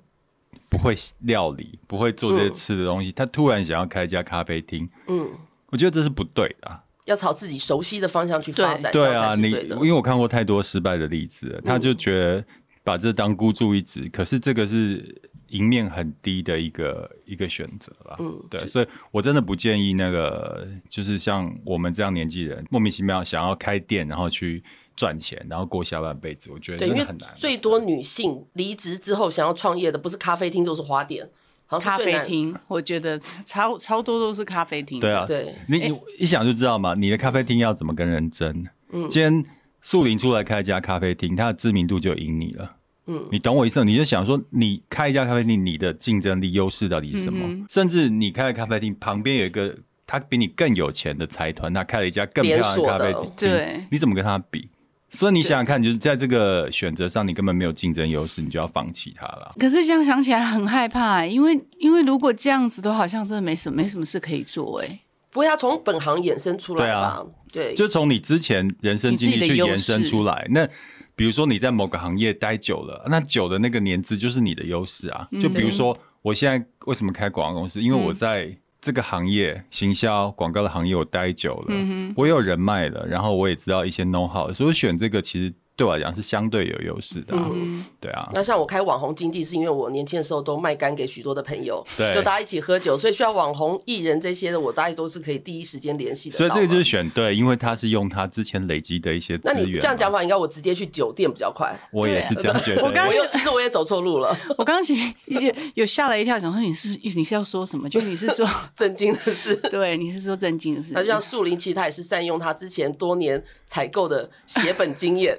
Speaker 1: 不会料理，不会做这些吃的东西，他突然想要开一家咖啡厅，
Speaker 2: 嗯，
Speaker 1: 我觉得这是不对的、啊。
Speaker 2: 要朝自己熟悉的方向去发展，哎这
Speaker 1: 对
Speaker 2: 样才
Speaker 1: 啊，
Speaker 2: 是
Speaker 1: 你
Speaker 2: 对的嗯
Speaker 1: 因。为我看过太多失败的例子了，他就觉得把这当孤注一掷，可是这个是赢面很低的一个一个选择啦。
Speaker 2: 嗯
Speaker 1: 对，所以我真的不建议那个就是像我们这样年纪人莫名其妙想要开店，然后去赚钱，然后过下半辈子，我觉得
Speaker 2: 对，
Speaker 1: 真的
Speaker 2: 因为
Speaker 1: 很难啊。
Speaker 2: 最多女性离职之后想要创业的，不是咖啡厅就是花店，好像
Speaker 3: 咖
Speaker 2: 是最
Speaker 3: 啡
Speaker 2: 难。
Speaker 3: 厅，我觉得超超多都是咖啡厅。
Speaker 1: 对啊，
Speaker 2: 对，
Speaker 1: 你你一想就知道嘛，你的咖啡厅要怎么跟人争？今天树林出来开一家咖啡厅，它的知名度就赢你了。
Speaker 2: 嗯
Speaker 1: 你懂我意思吗？你就想说，你开一家咖啡厅，你的竞争力优势到底是什么？甚至你开的咖啡厅旁边有一个他比你更有钱的财团，他开了一家更漂亮的咖啡
Speaker 2: 连
Speaker 1: 厅，
Speaker 3: 锁的对
Speaker 1: 你怎么跟他比？所以你想想看，就是在这个选择上，你根本没有竞争优势，你就要放弃它了。
Speaker 3: 可是这样想起来很害怕、欸因为因为如果这样子，都好像真的没什么没什么事可以做哎、
Speaker 2: 不过要从本行衍生出来吧？对，
Speaker 1: 啊就从你之前人生经历去延伸出来。那比如说你在某个行业待久了，那久的那个年资就是你的优势啊。
Speaker 2: 嗯
Speaker 1: 就比如说我现在为什么开广告公司，因为我在这个行业行销广告的行业我待久了，
Speaker 2: 嗯
Speaker 1: 我有人脉了，然后我也知道一些 know how，所以我选这个其实对我来讲是相对有优势的、啊。
Speaker 2: 嗯
Speaker 3: 嗯
Speaker 1: 对啊，
Speaker 2: 那像我开网红经济，是因为我年轻的时候都卖干给许多的朋友，
Speaker 1: 对
Speaker 2: 就大家一起喝酒，所以需要网红艺人这些的，我大概都是可以第一时间联系的。
Speaker 1: 所以这个就是。选对，因为他是用他之前累积的一些资
Speaker 2: 那
Speaker 1: 源嘛。啊
Speaker 2: 你这样讲法，应该我直接去酒店比较快。
Speaker 1: 我也是这样觉得。
Speaker 3: 我刚
Speaker 2: 啊 我又其实我也走错路了，
Speaker 3: 我刚刚其实有有吓了一跳，想说你是你是要说什么？就你是 说，
Speaker 2: 震惊的是，
Speaker 3: 对，你是说正经的事
Speaker 2: 那就
Speaker 3: 情
Speaker 2: 像。树林，其实他也是善用他之前多年采购的血本经验，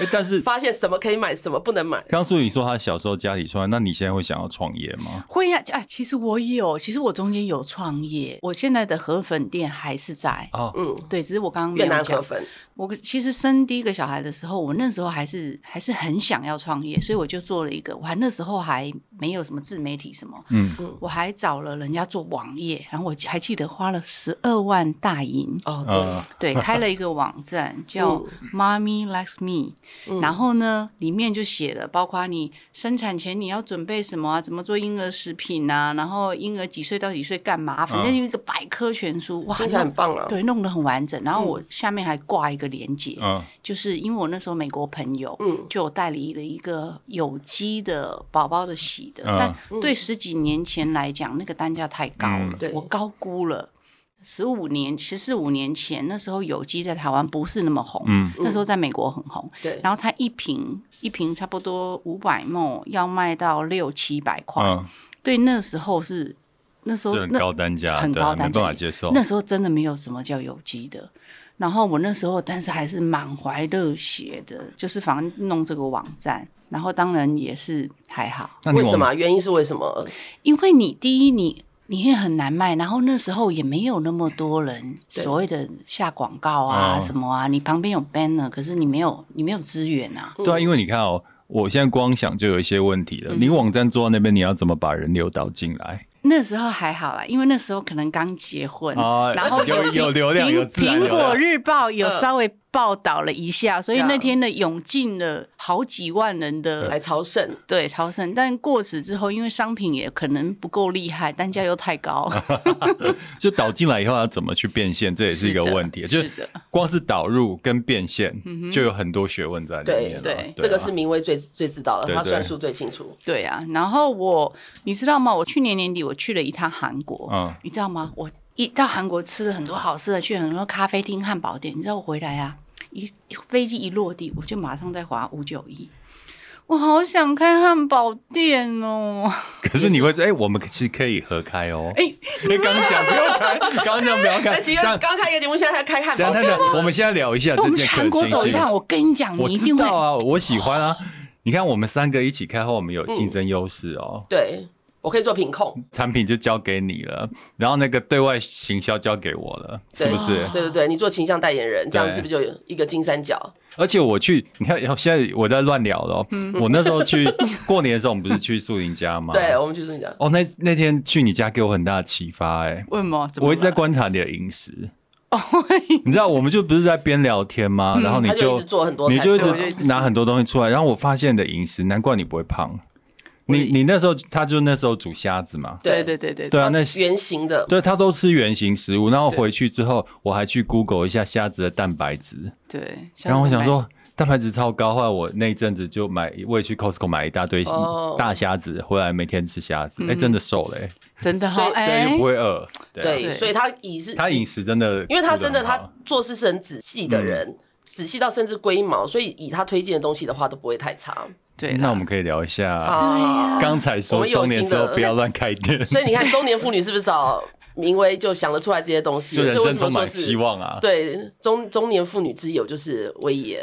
Speaker 1: 诶但是
Speaker 2: 发现什么可以买，什么不能买。
Speaker 1: 刚素你说他小时候家里创业，那你现在会想要创业吗？
Speaker 3: 会呀、啊，其实我也有，其实我中间有创业，我现在的河粉店还是在。
Speaker 1: 哦，
Speaker 2: 嗯，
Speaker 3: 对，只是我刚刚没
Speaker 2: 越
Speaker 3: 有
Speaker 2: 南河
Speaker 3: 讲。
Speaker 2: 粉，
Speaker 3: 我其实生第一个小孩的时候，我那时候还是还是很想要创业，所以我就做了一个。我还那时候还没有什么自媒体什么，
Speaker 1: 嗯，
Speaker 3: 我还找了人家做网页，然后我还记得花了十二万大银，
Speaker 2: 哦，对，
Speaker 1: 呃，
Speaker 3: 对，开了一个网 站
Speaker 2: 嗯
Speaker 3: 叫 Mommy Likes Me，、然后呢，里面就写了包括你生产前你要准备什么啊，怎么做婴儿食品啊，然后婴儿几岁到几岁干嘛，反
Speaker 1: 嗯
Speaker 3: 正一个百科全书，哇，
Speaker 2: 听起来
Speaker 3: 弄
Speaker 2: 很嗯棒啊。
Speaker 3: 对，弄得很完整。然后我下面还挂一个链接，
Speaker 1: 嗯，
Speaker 3: 就是因为我那时候美国朋友，
Speaker 2: 嗯
Speaker 3: 就有代理了一个有机的宝宝的洗的，
Speaker 1: 嗯
Speaker 3: 但对十几年前来讲，那个单价太高了
Speaker 1: 嗯，
Speaker 2: 对
Speaker 3: 我高估了。十五年，十四五年前，那时候有机在台湾不是那么红，
Speaker 1: 嗯
Speaker 3: 那时候在美国很红。
Speaker 2: 对
Speaker 3: 然后它一瓶一瓶差不多五百梦，要卖到六七百块，
Speaker 1: 嗯，
Speaker 3: 对，那时候是那时候
Speaker 1: 就很
Speaker 3: 那
Speaker 1: 高单价，
Speaker 3: 很
Speaker 1: 对
Speaker 3: 高
Speaker 1: 啊，
Speaker 3: 单
Speaker 1: 没
Speaker 3: 价
Speaker 1: 办法接受。
Speaker 3: 那时候真的没有什么叫有机的。然后我那时候，但是还是满怀热血的，就是反正弄这个网站，然后当然也是还好，
Speaker 1: 那你
Speaker 2: 为什
Speaker 1: 往
Speaker 2: 么啊？原因是为什么？
Speaker 3: 因为你第一你你也很难卖，然后那时候也没有那么多人
Speaker 2: 对
Speaker 3: 所谓的下广告啊
Speaker 1: 哦
Speaker 3: 什么啊，你旁边有 banner，可是你没有你没有资源啊，
Speaker 1: 对啊，因为你看哦，我现在光想就有一些问题
Speaker 3: 嗯
Speaker 1: 了。你网站做到那边，你要怎么把人流导进 来？
Speaker 3: 那时候还好啦，因为那时候可能刚结婚，
Speaker 1: 啊
Speaker 3: 然后
Speaker 1: 有有流量
Speaker 3: 苹
Speaker 1: 有自然
Speaker 3: 苹
Speaker 1: 流
Speaker 3: 果
Speaker 1: 量
Speaker 3: 日报有
Speaker 2: 嗯
Speaker 3: 稍微报道了一下，所以
Speaker 2: 呀
Speaker 3: 那天呢涌进了好几万人的
Speaker 2: 来朝圣，
Speaker 3: 对超盛，但过此之后，因为商品也可能不够厉害，单价又太高，
Speaker 1: 就导进来以后要怎么去变现，这也是一个
Speaker 3: 是的
Speaker 1: 问题。
Speaker 3: 是
Speaker 1: 就
Speaker 3: 的嗯
Speaker 1: 光是导入跟变现，就有很多学问在里
Speaker 2: 对
Speaker 1: 面了。
Speaker 3: 对
Speaker 1: 啊
Speaker 2: 这个是明威最最知道了，
Speaker 1: 对
Speaker 2: 他
Speaker 1: 对
Speaker 2: 算数最清楚。
Speaker 3: 对啊。然后我，你知道吗？我去年年底我去了一趟韩国，
Speaker 1: 嗯
Speaker 3: 你知道吗？我一到韩国吃了很多好吃的，去很多咖啡厅、汉堡店。你知道我回来啊，一飞机一落地，我就马上在划五九一。我好想开汉堡店哦！
Speaker 1: 可是你会说，哎、我们其实可以合开哦。
Speaker 3: 哎
Speaker 1: 因为刚刚讲不要 开，刚刚讲不要开
Speaker 2: 那。其实
Speaker 1: 但
Speaker 2: 刚开一个节目，现在还开汉
Speaker 1: 等
Speaker 2: 堡
Speaker 1: 一下等一
Speaker 2: 车
Speaker 1: 下，，我们现在聊一下这
Speaker 3: 我们去
Speaker 1: 件
Speaker 3: 韩国
Speaker 1: 可行
Speaker 3: 走一
Speaker 1: 性
Speaker 3: 趟，我跟你讲，
Speaker 1: 我
Speaker 3: 你一
Speaker 1: 知
Speaker 3: 定会
Speaker 1: 道啊，我喜欢啊。你看，我们三个一起开后，我们有竞争优势哦。
Speaker 2: 对我可以做品控，
Speaker 1: 产品就交给你了，然后那个对外行销交给我了，是
Speaker 2: 对
Speaker 1: 不是？
Speaker 2: 对对啊对，你做形象代言人，这样
Speaker 1: 对
Speaker 2: 是不是就有一个金三角？
Speaker 1: 而且我去，你看，现在我在乱聊了哦。我那时候去过年的时候，我们不是去素林家吗？
Speaker 2: 对，。我们就是讲，
Speaker 1: 嗯哦，那那天去你家给我很大的启发、哎，
Speaker 3: 为什么？怎么
Speaker 1: 我一直在
Speaker 3: 了哦
Speaker 1: 观察你的饮食。你知道，我们就不是在边聊天吗？然后你
Speaker 2: 他就一直做很多
Speaker 1: 你
Speaker 2: 菜
Speaker 1: 就
Speaker 2: 色，
Speaker 1: 一
Speaker 3: 对我就一
Speaker 1: 直
Speaker 3: 直
Speaker 1: 拿很多东西出来，然后我发现你的饮食，难怪你不会胖。你你那时候他就那时候煮虾子嘛，
Speaker 3: 对对对对
Speaker 1: 对啊，那
Speaker 2: 它是圆形的，
Speaker 1: 对他都吃原形食物，然后
Speaker 3: 对
Speaker 1: 回去之后我还去 Google 一下虾子的蛋白质，
Speaker 3: 对。
Speaker 1: 然后我想，说蛋白质超高，后来我那一阵子就买，我也去 Costco 买一大堆
Speaker 2: 哦
Speaker 1: 大虾子回来，每天吃虾子，哎、真的瘦了、欸，
Speaker 3: 真的
Speaker 2: 所
Speaker 3: 好
Speaker 2: 以
Speaker 1: 对，又
Speaker 3: 哎
Speaker 1: 不，会饿，对啊
Speaker 2: 对，
Speaker 3: 对
Speaker 2: 所以他以是
Speaker 1: 他饮食真的，
Speaker 2: 因为他真的
Speaker 1: 顾得很
Speaker 2: 他
Speaker 1: 好嗯
Speaker 2: 做事是很仔细的人，仔细到甚至龟毛，所以以他推荐的东西的话都不会太差。
Speaker 3: 对啦，
Speaker 1: 那我们可以聊一下，
Speaker 3: 啊
Speaker 1: 刚才
Speaker 2: 我
Speaker 1: 说
Speaker 2: 们有
Speaker 1: 中年之后
Speaker 2: 心得
Speaker 1: 不要乱开店，
Speaker 2: 所以你看，中年妇女是不是找明威就想得出来这些东西？
Speaker 1: 就人
Speaker 2: 所以为
Speaker 1: 生
Speaker 2: 什么
Speaker 1: 充
Speaker 2: 说
Speaker 1: 满
Speaker 2: 是
Speaker 1: 希望啊，
Speaker 2: 对，中中年妇女之友就是 威爷。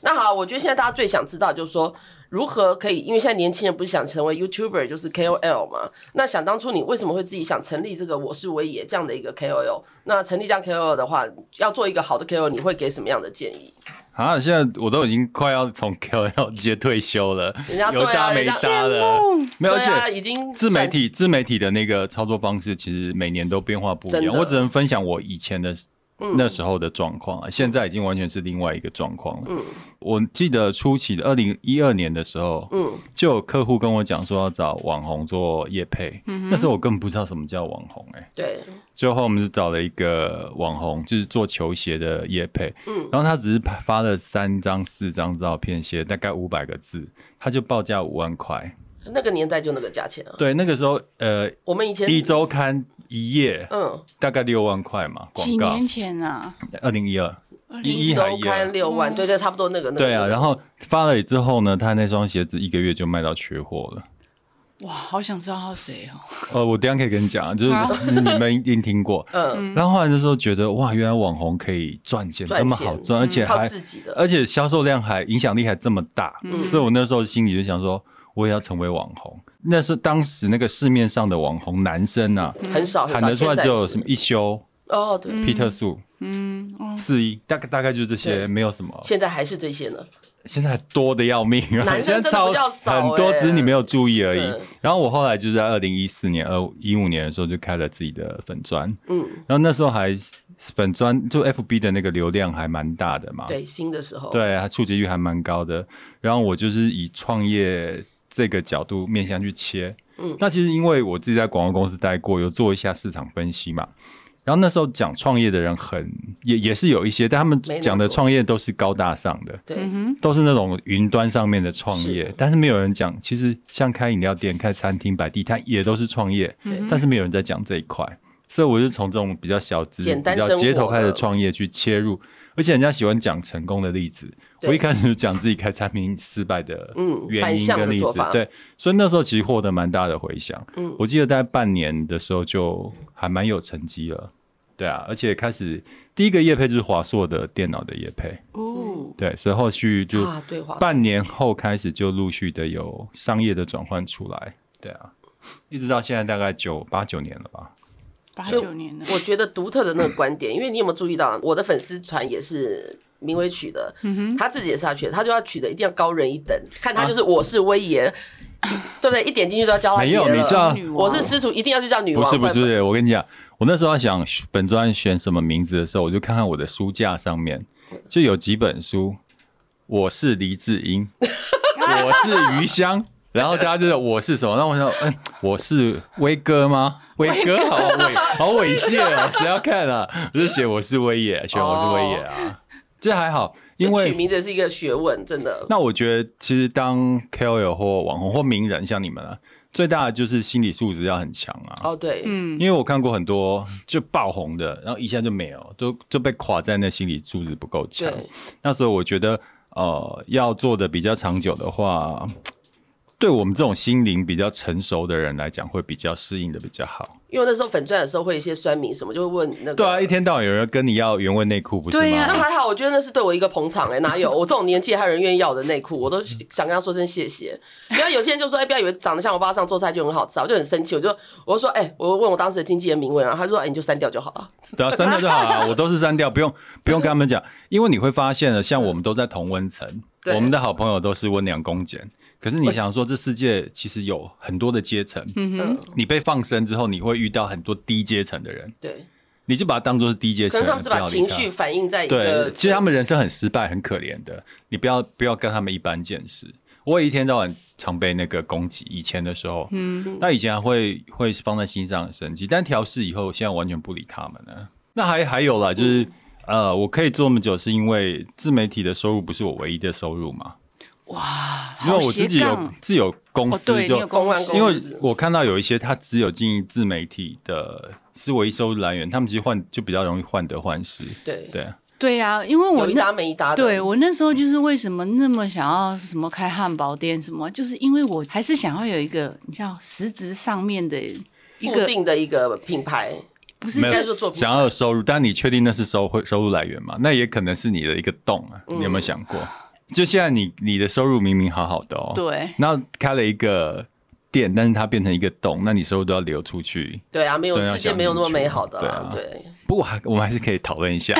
Speaker 2: 那好，我觉得现在大家最想知道就是说，如何可以，因为现在年轻人不是想成为 YouTuber 就是 KOL 嘛？那想当初你为什么会自己想成立这个“我是威爷”这样的一个 KOL？那成立这样 KOL 的话，要做一个好的 KOL，你会给什么样的建议？
Speaker 1: 啊，现在我都已经快要从 KOL 界退休了，
Speaker 2: 人家对啊
Speaker 1: 有搭没搭了，没有，而
Speaker 2: 对啊，
Speaker 1: 且
Speaker 2: 已经
Speaker 1: 自媒
Speaker 2: 算
Speaker 1: 体自媒体的那个操作方式，其实每年都变化不一
Speaker 2: 真
Speaker 1: 样。
Speaker 2: 的嗯
Speaker 1: 我只能分享我以前的那时候的状况啊，现在已经完全是另外一个状况了。
Speaker 2: 嗯
Speaker 1: 我记得初期的二零一二年的时候，
Speaker 2: 嗯，
Speaker 1: 就有客户跟我讲说要找网红做业配，
Speaker 2: 嗯
Speaker 1: 那时候我根本不知道什么叫网红哎、
Speaker 2: 对，
Speaker 1: 最后我们就找了一个网红，就是做球鞋的叶配，
Speaker 2: 嗯
Speaker 1: 然后他只是发了三张、四张照片，写大概五百个字，他就报价五万块。
Speaker 2: 那个年代就那个价钱啊。
Speaker 1: 对，那个时候呃，
Speaker 2: 我们以前
Speaker 1: 一周刊一页
Speaker 2: 嗯，
Speaker 1: 大概六万块嘛，
Speaker 3: 几
Speaker 1: 广告
Speaker 3: 年。前啊，
Speaker 1: 二零一二，一
Speaker 2: 一
Speaker 1: 还
Speaker 2: 周
Speaker 1: 一
Speaker 2: 刊
Speaker 1: 二，
Speaker 2: 六万，对对，差不多那个那个。
Speaker 1: 对啊。
Speaker 2: 那个
Speaker 1: 然后发了之后呢，他那双鞋子一个月就卖到缺货了。
Speaker 3: 哇，好想知道他是谁哦。
Speaker 1: 呃，我等一下可以跟你讲，就是
Speaker 3: 好
Speaker 1: 你们一定听 过。
Speaker 2: 嗯，
Speaker 1: 然后后来的时候觉得哇，原来网红可以赚钱
Speaker 2: 赚
Speaker 1: 这么
Speaker 2: 钱嗯
Speaker 1: 好赚，而且
Speaker 2: 靠
Speaker 1: 还
Speaker 2: 自己的，
Speaker 1: 而且销售量还影响力还这么大，
Speaker 2: 嗯
Speaker 1: 所以我那时候心里就想说，我也要成为网红。那是当时那个市面上的网红男生啊，
Speaker 2: 很少很
Speaker 1: 喊
Speaker 2: 少。
Speaker 1: 得出来
Speaker 2: 哦现在
Speaker 1: 只有
Speaker 2: 是
Speaker 1: 什么一休、
Speaker 2: 哦，对，
Speaker 1: 皮特素、
Speaker 3: 嗯，哦
Speaker 1: 四一，大概大概就是这些，
Speaker 2: 对
Speaker 1: 没有什么。
Speaker 2: 现在还是这些呢。
Speaker 1: 现在多的要命啊！
Speaker 2: 男 生
Speaker 1: 现在
Speaker 2: 真的
Speaker 1: 超
Speaker 2: 比较少
Speaker 1: 很多，
Speaker 2: 欸
Speaker 1: 只是你没有注意而已
Speaker 2: 对。
Speaker 1: 然后我后来就是在二零一四年、二一五年的时候就开了自己的粉砖，
Speaker 2: 嗯，
Speaker 1: 然后那时候还粉砖就 FB 的那个流量还蛮大的嘛，
Speaker 2: 对，新的时候，，
Speaker 1: 对，它触及率还蛮高的。然后我就是以创业这个角度面向去切。
Speaker 2: 嗯
Speaker 1: 那其实因为我自己在广告公司待过，有做一下市场分析嘛。然后那时候讲创业的人很也也是有一些，但他们
Speaker 2: 没那么
Speaker 1: 讲的
Speaker 2: 多
Speaker 1: 创业都是高大上的，
Speaker 3: 嗯
Speaker 2: 对，
Speaker 1: 都是那种云端上面的创业
Speaker 2: 是，
Speaker 1: 但是没有人讲。其实像开饮料店、开餐厅、摆地摊也都是创业
Speaker 2: 对，
Speaker 1: 但是没有人在讲这一块。所以我就从这种比较小资、
Speaker 2: 简单
Speaker 1: 比较
Speaker 2: 生活
Speaker 1: 街头派的
Speaker 2: 的
Speaker 1: 创业去切入，而且人家喜欢讲成功的例子。
Speaker 2: 对
Speaker 1: 我一开始就讲自己开产品失败的
Speaker 2: 嗯
Speaker 1: 原
Speaker 2: 反
Speaker 1: 因
Speaker 2: 向的
Speaker 1: 跟例
Speaker 2: 做
Speaker 1: 子
Speaker 2: 法，
Speaker 1: 对，所以那时候其实获得蛮大的回响。
Speaker 2: 嗯
Speaker 1: 我记得大概半年的时候就还蛮有成绩了。对啊，而且开始第一个业配就是华硕的电脑的业配，
Speaker 3: 哦，
Speaker 1: 对，所以后续就
Speaker 2: 啊，对，华硕
Speaker 1: 半年后开始就陆续的有商业的转换出来，对啊，一直到现在大概九八九年了吧，
Speaker 3: 八
Speaker 2: 所以
Speaker 3: 九年了，
Speaker 2: 我觉得独特的那个观点，因为你有没有注意到，我的粉丝团也是名为取的，
Speaker 3: 嗯
Speaker 2: 他自己也是他取的，他就要取的一定要高人一等，看
Speaker 1: 啊
Speaker 2: 他就是我是威爷，对不对？一点进去就要教他
Speaker 1: 没有
Speaker 2: 写了
Speaker 1: 你知道
Speaker 3: 女王
Speaker 2: 我是师徒，一定要去叫女
Speaker 1: 不
Speaker 2: 王，
Speaker 1: 是不
Speaker 2: 然
Speaker 1: 是，我跟你讲，我那时候要想本专选什么名字的时候，我就看看我的书架上面就有几本书，我是黎智英， 我是余香。然后大家就是我是什么？那我想，嗯，我是威哥吗？威哥，好猥，好猥亵哦！谁要看啊？我就写我是威爷，选我是威爷啊。这还好，因
Speaker 2: 哦就
Speaker 1: 为
Speaker 2: 取名字是一个学问，真的。
Speaker 1: 那我觉得，其实当 KOL 或网红或名人，像你们啊，最大的就是心理素质要很强啊。
Speaker 2: 哦，对，
Speaker 3: 嗯，
Speaker 1: 因为我看过很多就爆红的，然后一下就没有，都就被垮在那心理素质不够强。
Speaker 2: 对，
Speaker 1: 那时候我觉得，呃，要做的比较长久的话，对我们这种心灵比较成熟的人来讲，会比较适应的比较好。
Speaker 2: 因为那时候粉钻的时候会有一些酸民什么，就会问那个。
Speaker 1: 对啊，一天到晚有人跟你要原味内裤，不是吗？
Speaker 3: 对啊
Speaker 2: 那还好，我觉得那是对我一个捧场哎、哪有我这种年纪还有人愿意要我的内裤，我都想跟他说声谢谢。不要有些人就说，哎、不要以为长得像我爸上做菜就很好吃啊，我就很生气，我就我就说，哎、我问我当时的经纪人名文啊，他说，哎、你就删掉就好了。
Speaker 1: 对啊，删掉就好了，我都是删掉，不用不用跟他们讲，因为你会发现了，像我们都在同温层，
Speaker 2: 嗯对
Speaker 1: 我们的好朋友都是温良恭俭。可是你想说，这世界其实有很多的阶层，
Speaker 2: 嗯，
Speaker 1: 你被放生之后，你会遇到很多低阶层的人，
Speaker 2: 对，
Speaker 1: 你就把他当做是低阶
Speaker 2: 可
Speaker 1: 层的
Speaker 2: 能他
Speaker 1: 人，
Speaker 2: 们是把
Speaker 1: 不要理
Speaker 2: 情绪反映在一个，
Speaker 1: 对，其实他们人生很失败，很可怜的，你不要不要跟他们一般见识。我也一天到晚常被那个攻击，以前的时候，嗯，那以前还会会放在心上很生气，但调试以后，现在完全不理他们了。那还还有啦，
Speaker 3: 嗯
Speaker 1: 就是、呃，我可以做那么久，是因为自媒体的收入不是我唯一的收入嘛，
Speaker 3: 哇，
Speaker 1: 因为
Speaker 3: 好
Speaker 1: 我自
Speaker 3: 斜
Speaker 1: 己有
Speaker 3: 杠
Speaker 1: 自己有公
Speaker 3: 哦，
Speaker 1: 司
Speaker 3: 对，
Speaker 1: 就
Speaker 3: 你有公
Speaker 2: 公关
Speaker 3: 司
Speaker 2: 公
Speaker 1: 因
Speaker 2: 司
Speaker 1: 为我看到有一些他只有经营自媒体的是唯一收入来源，他们其实换就比较容易患得患失，
Speaker 2: 对，
Speaker 1: 对。
Speaker 3: 对呀，因为我
Speaker 2: 有一
Speaker 3: 那
Speaker 2: 搭没一搭的。
Speaker 3: 对我那时候就是为什么那么想要什么开汉堡店什么，就是因为我还是想要有一个你知道实质上面的一
Speaker 2: 固
Speaker 3: 个
Speaker 2: 定的一个品牌，
Speaker 3: 不是
Speaker 1: 没
Speaker 2: 这
Speaker 1: 有
Speaker 2: 样就做不
Speaker 1: 想要有收入，但你确定那是收会收入来源吗？那也可能是你的一个洞啊，
Speaker 2: 嗯
Speaker 1: 你有没有想过？就现在你你的收入明明好好的哦，，
Speaker 3: 对
Speaker 1: 然后开了一个店，但是它变成一个洞，那你收入都要流出去。
Speaker 2: 对啊，没有
Speaker 1: 对啊
Speaker 2: 世界
Speaker 1: 想
Speaker 2: 没有那么
Speaker 1: 清楚
Speaker 2: 美好的啦，
Speaker 1: 对
Speaker 2: 对。
Speaker 1: 不过还我们还是可以讨论一下，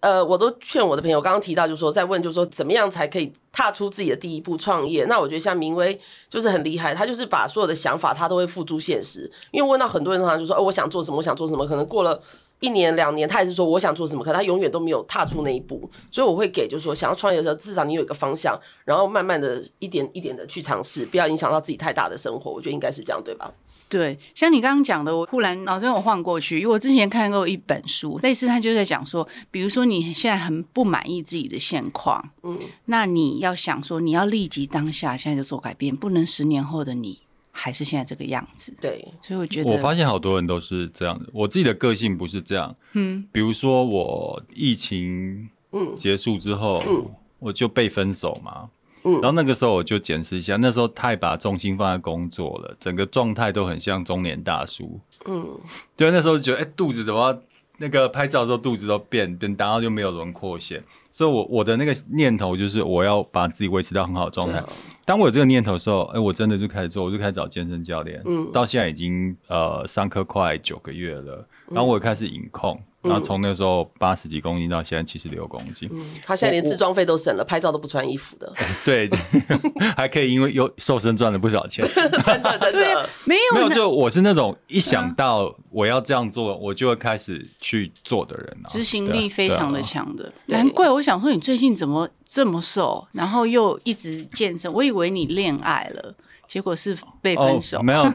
Speaker 2: 呃，我都劝我的朋友，刚刚提到就是说，在问就是说，怎么样才可以踏出自己的第一步创业？那我觉得像明威就是很厉害，他就是把所有的想法他都会付诸现实。因为问到很多人，常常就说，哦，我想做什么，我想做什么，可能过了一年两年，他也是说我想做什么，可他永远都没有踏出那一步。所以我会给就是说，想要创业的时候，至少你有一个方向，然后慢慢的一点一点的去尝试，不要影响到自己太大的生活。我觉得应该是这样，对吧？
Speaker 3: 对，像你刚刚讲的，我忽然脑子我晃过去，因为我之前看过一本书，类似他就在讲说，比如说你现在很不满意自己的现况，
Speaker 2: 嗯，
Speaker 3: 那你要想说，你要立即当下，现在就做改变，不能十年后的你还是现在这个样子。
Speaker 2: 对，
Speaker 3: 所以我觉得，
Speaker 1: 我发现好多人都是这样的。我自己的个性不是这样，
Speaker 3: 嗯，
Speaker 1: 比如说我疫情
Speaker 2: 嗯
Speaker 1: 结束之后，
Speaker 2: 嗯
Speaker 1: 我就被分手嘛。
Speaker 2: 嗯
Speaker 1: 然后那个时候我就检视一下，那时候太把重心放在工作了，整个状态都很像中年大叔。
Speaker 2: 嗯，
Speaker 1: 对，那时候就觉得，哎、肚子怎么那个拍照的时候肚子都变变大，然后就没有轮廓线。所以我，我的那个念头就是，我要把自己维持到很好的状态
Speaker 2: 对啊。
Speaker 1: 当我有这个念头的时候，哎、我真的就开始做，我就开始找健身教练。
Speaker 2: 嗯
Speaker 1: 到现在已经呃上课快九个月了，
Speaker 3: 嗯
Speaker 1: 然后我也开始饮控，然后从那时候八十几公斤到现在七十六公斤，
Speaker 3: 嗯
Speaker 2: 嗯他现在连自装费都省了，拍照都不穿衣服的，
Speaker 1: 对， 还可以因为有瘦身赚了不少钱。
Speaker 2: 真的真
Speaker 3: 对
Speaker 2: 的
Speaker 3: 啊。没有
Speaker 1: 没有，
Speaker 3: 那
Speaker 1: 就我是那种一想到我要这样做，我就会开始去做的人、啊，
Speaker 3: 执行
Speaker 1: 对
Speaker 3: 力
Speaker 1: 啊
Speaker 3: 非常的
Speaker 1: 对啊
Speaker 3: 强的，
Speaker 2: 对
Speaker 3: 难怪我想说你最近怎么这么瘦，然后又一直健身，我以为你恋爱了，结果是被分手。
Speaker 1: 哦、没有，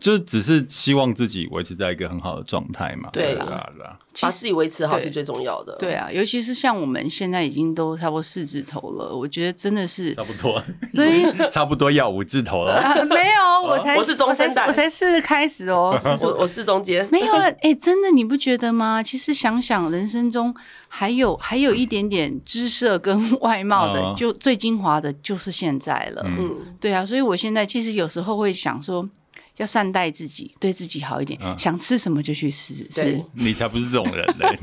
Speaker 1: 就是只是希望自己维持在一个很好的状态嘛。
Speaker 2: 对啦
Speaker 1: 啦，对啊
Speaker 2: 把自己维持好
Speaker 3: 对
Speaker 2: 是最重要的。
Speaker 3: 对啊，尤其是像我们现在已经都差不多四字头了，我觉得真的是
Speaker 1: 差不多，
Speaker 3: 对
Speaker 1: 差不多要五字头了。
Speaker 3: 啊，没有，我才
Speaker 2: 我是中生代
Speaker 3: 我才我才是开始哦，
Speaker 1: 嗯
Speaker 3: 是
Speaker 2: 我我四中间，
Speaker 3: 没有啊，哎、真的你不觉得吗？其实想想人生中还有还有一点点姿色跟外貌的，
Speaker 1: 嗯
Speaker 3: 就最精华的就是现在了。
Speaker 1: 嗯
Speaker 2: 嗯，
Speaker 3: 对啊，所以我现在其实有时候会想说，要善待自己，对自己好一点，想吃什么就去吃。
Speaker 2: 对
Speaker 3: 是，
Speaker 1: 你才不是这种人 嘞！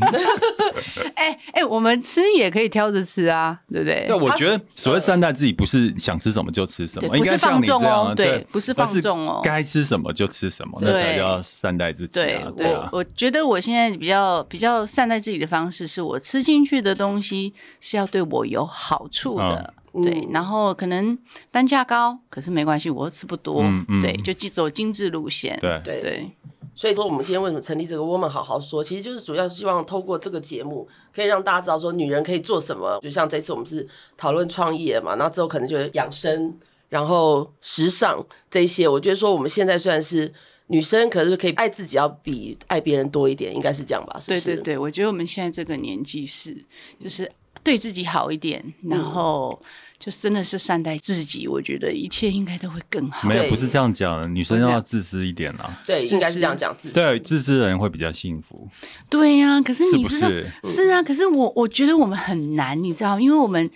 Speaker 3: 哎哎、我们吃也可以挑着吃啊，对不对？呃
Speaker 1: 对，我觉得所谓善待自己，不是想吃什么就吃什么，
Speaker 3: 对
Speaker 1: 应该像你这样啊，
Speaker 3: 不是放纵哦对
Speaker 1: 对，
Speaker 3: 不是
Speaker 1: 而
Speaker 3: 放纵哦
Speaker 1: 该吃什么就吃什么，那
Speaker 3: 对
Speaker 1: 才叫善待自己
Speaker 3: 对
Speaker 1: 啊，对
Speaker 3: 我
Speaker 1: 啊，，
Speaker 3: 我觉得我现在比较比较善待自己的方式，是我吃进去的东西是要对我有好处的。
Speaker 2: 嗯
Speaker 3: 对
Speaker 2: 嗯，
Speaker 3: 然后可能单价高，可是没关系，我吃不多。
Speaker 1: 嗯嗯
Speaker 3: 对，就记走精致路线。
Speaker 1: 对，
Speaker 2: 对
Speaker 3: 对
Speaker 2: 所以说，我们今天为什么成立这个 Woman 好好说，其实就是主要希望透过这个节目，可以让大家知道说女人可以做什么。就像这次我们是讨论创业嘛，那之后可能就是养生，然后时尚这一些。我觉得说我们现在虽然是女生，可是可以爱自己要比爱别人多一点，应该是这样吧？是不
Speaker 3: 对
Speaker 2: 是？
Speaker 3: 对对，我觉得我们现在这个年纪是，就是对自己好一点，
Speaker 1: 嗯
Speaker 3: 然后就真的是善待自己。我觉得一切应该都会更好。
Speaker 1: 没有
Speaker 2: 对
Speaker 1: 不是这样讲，女生
Speaker 3: 不是这
Speaker 1: 要
Speaker 3: 样
Speaker 1: 自私一点啦，
Speaker 2: 对，
Speaker 3: 自私
Speaker 2: 应该是这样讲。自私
Speaker 1: 对，自私的人会比较幸福，
Speaker 3: 对呀、可是
Speaker 1: 是
Speaker 3: 你
Speaker 1: 不
Speaker 3: 知道，
Speaker 1: 是？
Speaker 3: 是啊，可是我我觉得我们很难，你知道，因为我们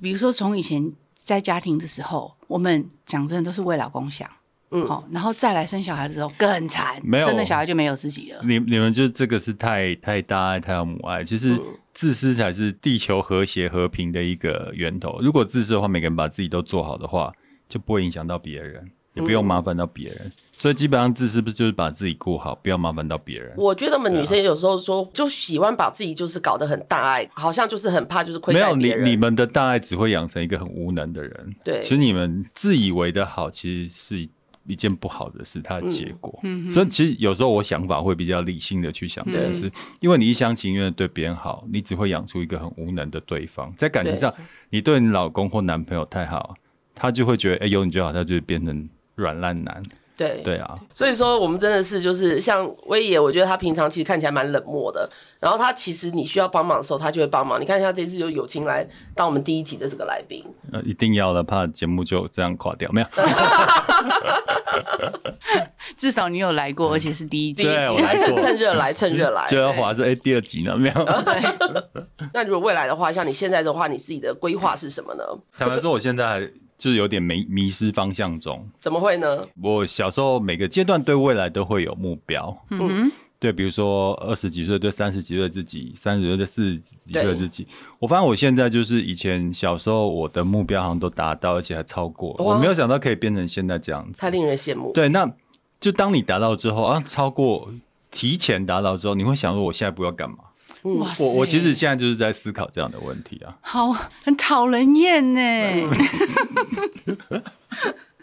Speaker 3: 比如说从以前在家庭的时候，我们讲真的都是为老公想，
Speaker 2: 嗯
Speaker 3: 好、然后再来生小孩的时候更惨，
Speaker 1: 没有
Speaker 3: 生了小孩就没有自己了。
Speaker 1: 你你们就这个是太太大爱太有母爱，其
Speaker 2: 嗯
Speaker 1: 实自私才是地球和谐和平的一个源头。如果自私的话，每个人把自己都做好的话，就不会影响到别人，也不
Speaker 2: 嗯
Speaker 1: 用麻烦到别人。所以基本上自私不就是把自己顾好，不要麻烦到别人。
Speaker 2: 我觉得我们女生有时候说，就喜欢把自己就是搞得很大爱，好像就是很怕就是亏
Speaker 1: 没
Speaker 2: 待
Speaker 1: 有
Speaker 2: 别
Speaker 1: 你，你
Speaker 2: 人。
Speaker 1: 们的大爱只会养成一个很无能的人。
Speaker 2: 对
Speaker 1: 其实你们自以为的好，其实是一件不好的事，它的结果。
Speaker 3: 嗯
Speaker 1: 所以其实有时候我想法会比较理性的去想这件事，因为你一厢情愿的对别人好，你只会养出一个很无能的对方。在感情上，你对你老公或男朋友太好，他就会觉得哎、有你就好，他就会变成软烂男。
Speaker 2: 对
Speaker 1: 对啊，
Speaker 2: 所以说，我们真的是就是像威爷，我觉得他平常其实看起来蛮冷漠的，然后他其实你需要帮忙的时候，他就会帮忙。你看一下这次就友情来当我们第一集的这个来宾，
Speaker 1: 呃，一定要的，怕节目就这样垮掉。没有，
Speaker 3: 至少你有来过，而且是 第一集。
Speaker 1: 对 我来
Speaker 2: 趁
Speaker 1: 过
Speaker 2: 趁热来，趁热来。
Speaker 1: 就要划说哎、第二集呢没有。
Speaker 2: 那如果未来的话，像你现在的话，你自己的规划是什么呢？
Speaker 1: 坦白说，我现在还就是有点迷迷失方向中。
Speaker 2: 怎么会呢？
Speaker 1: 我小时候每个阶段对未来都会有目标，
Speaker 3: 嗯哼，
Speaker 1: 对，比如说二十几岁对三十几岁的自己，三十岁对四十几岁的自己。我发现我现在就是以前小时候我的目标好像都达到，而且还超过。
Speaker 2: 哇
Speaker 1: 我没有想到可以变成现在这样子。
Speaker 2: 太令人羡慕。
Speaker 1: 对，那就当你达到之后啊，超过提前达到之后，你会想说我下一步要干嘛？
Speaker 3: 哇塞，
Speaker 1: 嗯我我其实现在就是在思考这样的问题啊。
Speaker 3: 好很讨人厌
Speaker 1: 嗯
Speaker 3: 呢。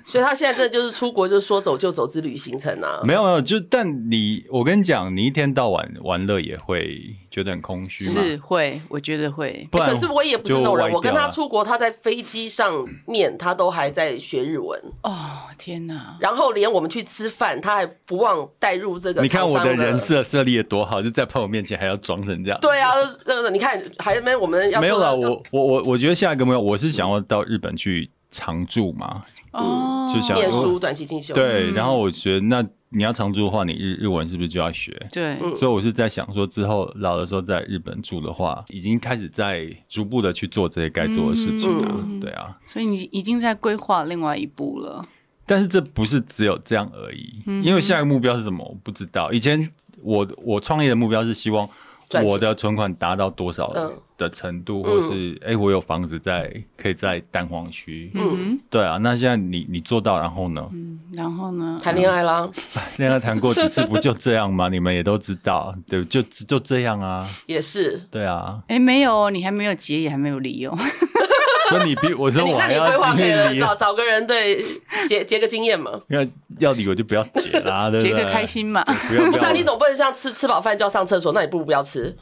Speaker 2: 所以他现在这就是出国就是说走就走之旅行程啊。
Speaker 1: 没有没有，就但你，我跟你讲，你一天到晚玩乐也会觉得很空虚嘛。
Speaker 3: 是，会，我觉得会。
Speaker 1: 不然
Speaker 2: 哎可是我也不是那种人，
Speaker 1: 就
Speaker 2: 我
Speaker 1: 歪
Speaker 2: 跟
Speaker 1: 掉
Speaker 2: 他
Speaker 1: 了
Speaker 2: 出国，他在飞机上面他都还在学日文。
Speaker 3: 哦，天哪！
Speaker 2: 然后连我们去吃饭，他还不忘带入这个
Speaker 1: 你看
Speaker 2: 厂
Speaker 1: 我
Speaker 2: 商
Speaker 1: 的人设设立的多好，就在朋友面前还要装成这样。
Speaker 2: 对啊，那个你看，还没我们要
Speaker 1: 没有
Speaker 2: 做
Speaker 1: 啦，
Speaker 2: 到
Speaker 1: 我我我我觉得下一个目标，我是想要到日本去常住嘛。
Speaker 2: 嗯
Speaker 3: 哦，
Speaker 1: 嗯就想
Speaker 2: 念
Speaker 1: 我
Speaker 2: 书短期进修。，
Speaker 1: 对，然后我觉得那你要常住的话，你日日文是不是就要学？
Speaker 3: 对，
Speaker 2: 嗯
Speaker 1: 所以我是在想说，之后老的时候在日本住的话，已经开始在逐步的去做这些该做的事情了、
Speaker 3: 嗯
Speaker 1: 对啊，
Speaker 3: 所以你已经在规划另外一步了。
Speaker 1: 但是这不是只有这样而已，
Speaker 2: 嗯
Speaker 1: 因为下一个目标是什么我不知道。以前我我创业的目标是希望
Speaker 2: 赚钱
Speaker 1: 我的存款达到多少
Speaker 2: 嗯
Speaker 1: 的程度，或是哎、诶我有房子在可以在蛋黄区，
Speaker 3: 嗯
Speaker 1: 对啊。那现在你你做到，然后呢？
Speaker 2: 嗯
Speaker 3: 哼，然后呢？
Speaker 2: 谈恋爱啦，
Speaker 1: 恋爱谈过几次，不就这样吗？你们也都知道，对，就就这样啊，
Speaker 2: 也是。
Speaker 1: 对啊。
Speaker 3: 哎，没有哦，你还没有结，也还没有哦理由。
Speaker 1: 所以你 比我说
Speaker 2: 你
Speaker 1: 我
Speaker 2: 那
Speaker 1: 还
Speaker 2: 你规
Speaker 1: 要
Speaker 2: 划
Speaker 1: 经
Speaker 2: 可
Speaker 1: 验
Speaker 2: 以
Speaker 1: 离，
Speaker 2: 找找个人对结结个经验嘛？
Speaker 1: 要要离我就不要结 啦，对不
Speaker 3: 结
Speaker 1: 对？
Speaker 3: 个开，心嘛。
Speaker 1: 不要
Speaker 2: 不
Speaker 1: 不
Speaker 2: 是啊，
Speaker 1: 要。
Speaker 2: 你总不能像吃吃饱饭就要上厕所，那你不如不要吃，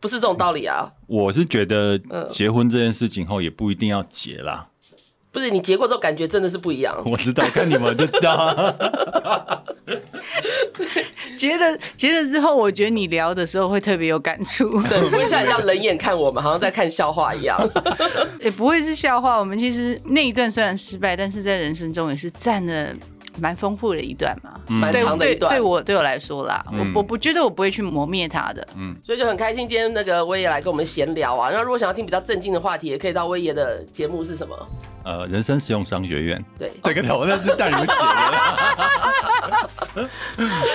Speaker 2: 不是这种道理啊。
Speaker 1: 我是觉得
Speaker 2: 嗯
Speaker 1: 结婚这件事情后也不一定要结啦。
Speaker 2: 不是你结过之后感觉真的是不一样。
Speaker 1: 我知道，看你们就知道 啊。
Speaker 3: 结了结了之后，我觉得你聊的时候会特别有感触，
Speaker 2: 对，不会像人家冷眼看我们，好像在看笑话一样。
Speaker 3: 也不会是笑话。我们其实那一段虽然失败，但是在人生中也是占了蛮丰富的一段嘛，
Speaker 2: 蛮
Speaker 3: 对
Speaker 2: 长的一
Speaker 3: 对
Speaker 2: 段
Speaker 3: 对我对我来说啦，
Speaker 1: 嗯
Speaker 3: 我我不觉得我不会去磨灭它的。
Speaker 2: 所以就很开心，今天那个威爷来跟我们闲聊啊。那如果想要听比较正经的话题，也可以到威爷的节目是什么？
Speaker 1: 呃人生实用商学院。
Speaker 2: 对，
Speaker 1: 这个头那是带你们解的，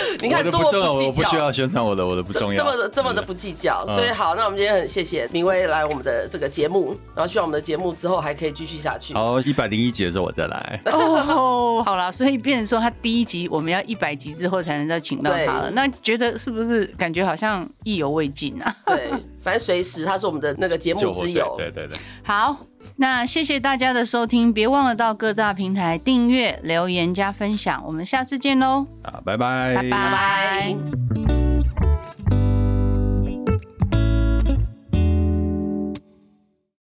Speaker 2: 你看
Speaker 1: 我的
Speaker 2: 多
Speaker 1: 不重要，
Speaker 2: 计
Speaker 1: 我不需
Speaker 2: 较
Speaker 1: 要。宣传我的，我的不
Speaker 2: 这
Speaker 1: 重要，嗯
Speaker 2: 这么的这么的
Speaker 1: 对
Speaker 2: 不计较，
Speaker 1: 嗯
Speaker 2: 所以好，那我们今天很谢谢明威来我们的这个节目，然后希望我们的节目之后还可以继续下去。
Speaker 1: 好，一百零一集的时候我再来。
Speaker 3: 哦，好啦，所以变成说他第一集我们要一百集之后才能再请到他了，
Speaker 2: 对
Speaker 3: 那觉得是不是感觉好像意犹未尽啊？
Speaker 2: 对，反正随时他是我们的那个节目
Speaker 1: 救火
Speaker 2: 之
Speaker 1: 队
Speaker 2: 友。
Speaker 1: 对对对，
Speaker 3: 好，那谢谢大家的收听，别忘了到各大平台订阅、留言加分享，我们下次见喽，
Speaker 1: 啊，拜拜，
Speaker 3: 拜拜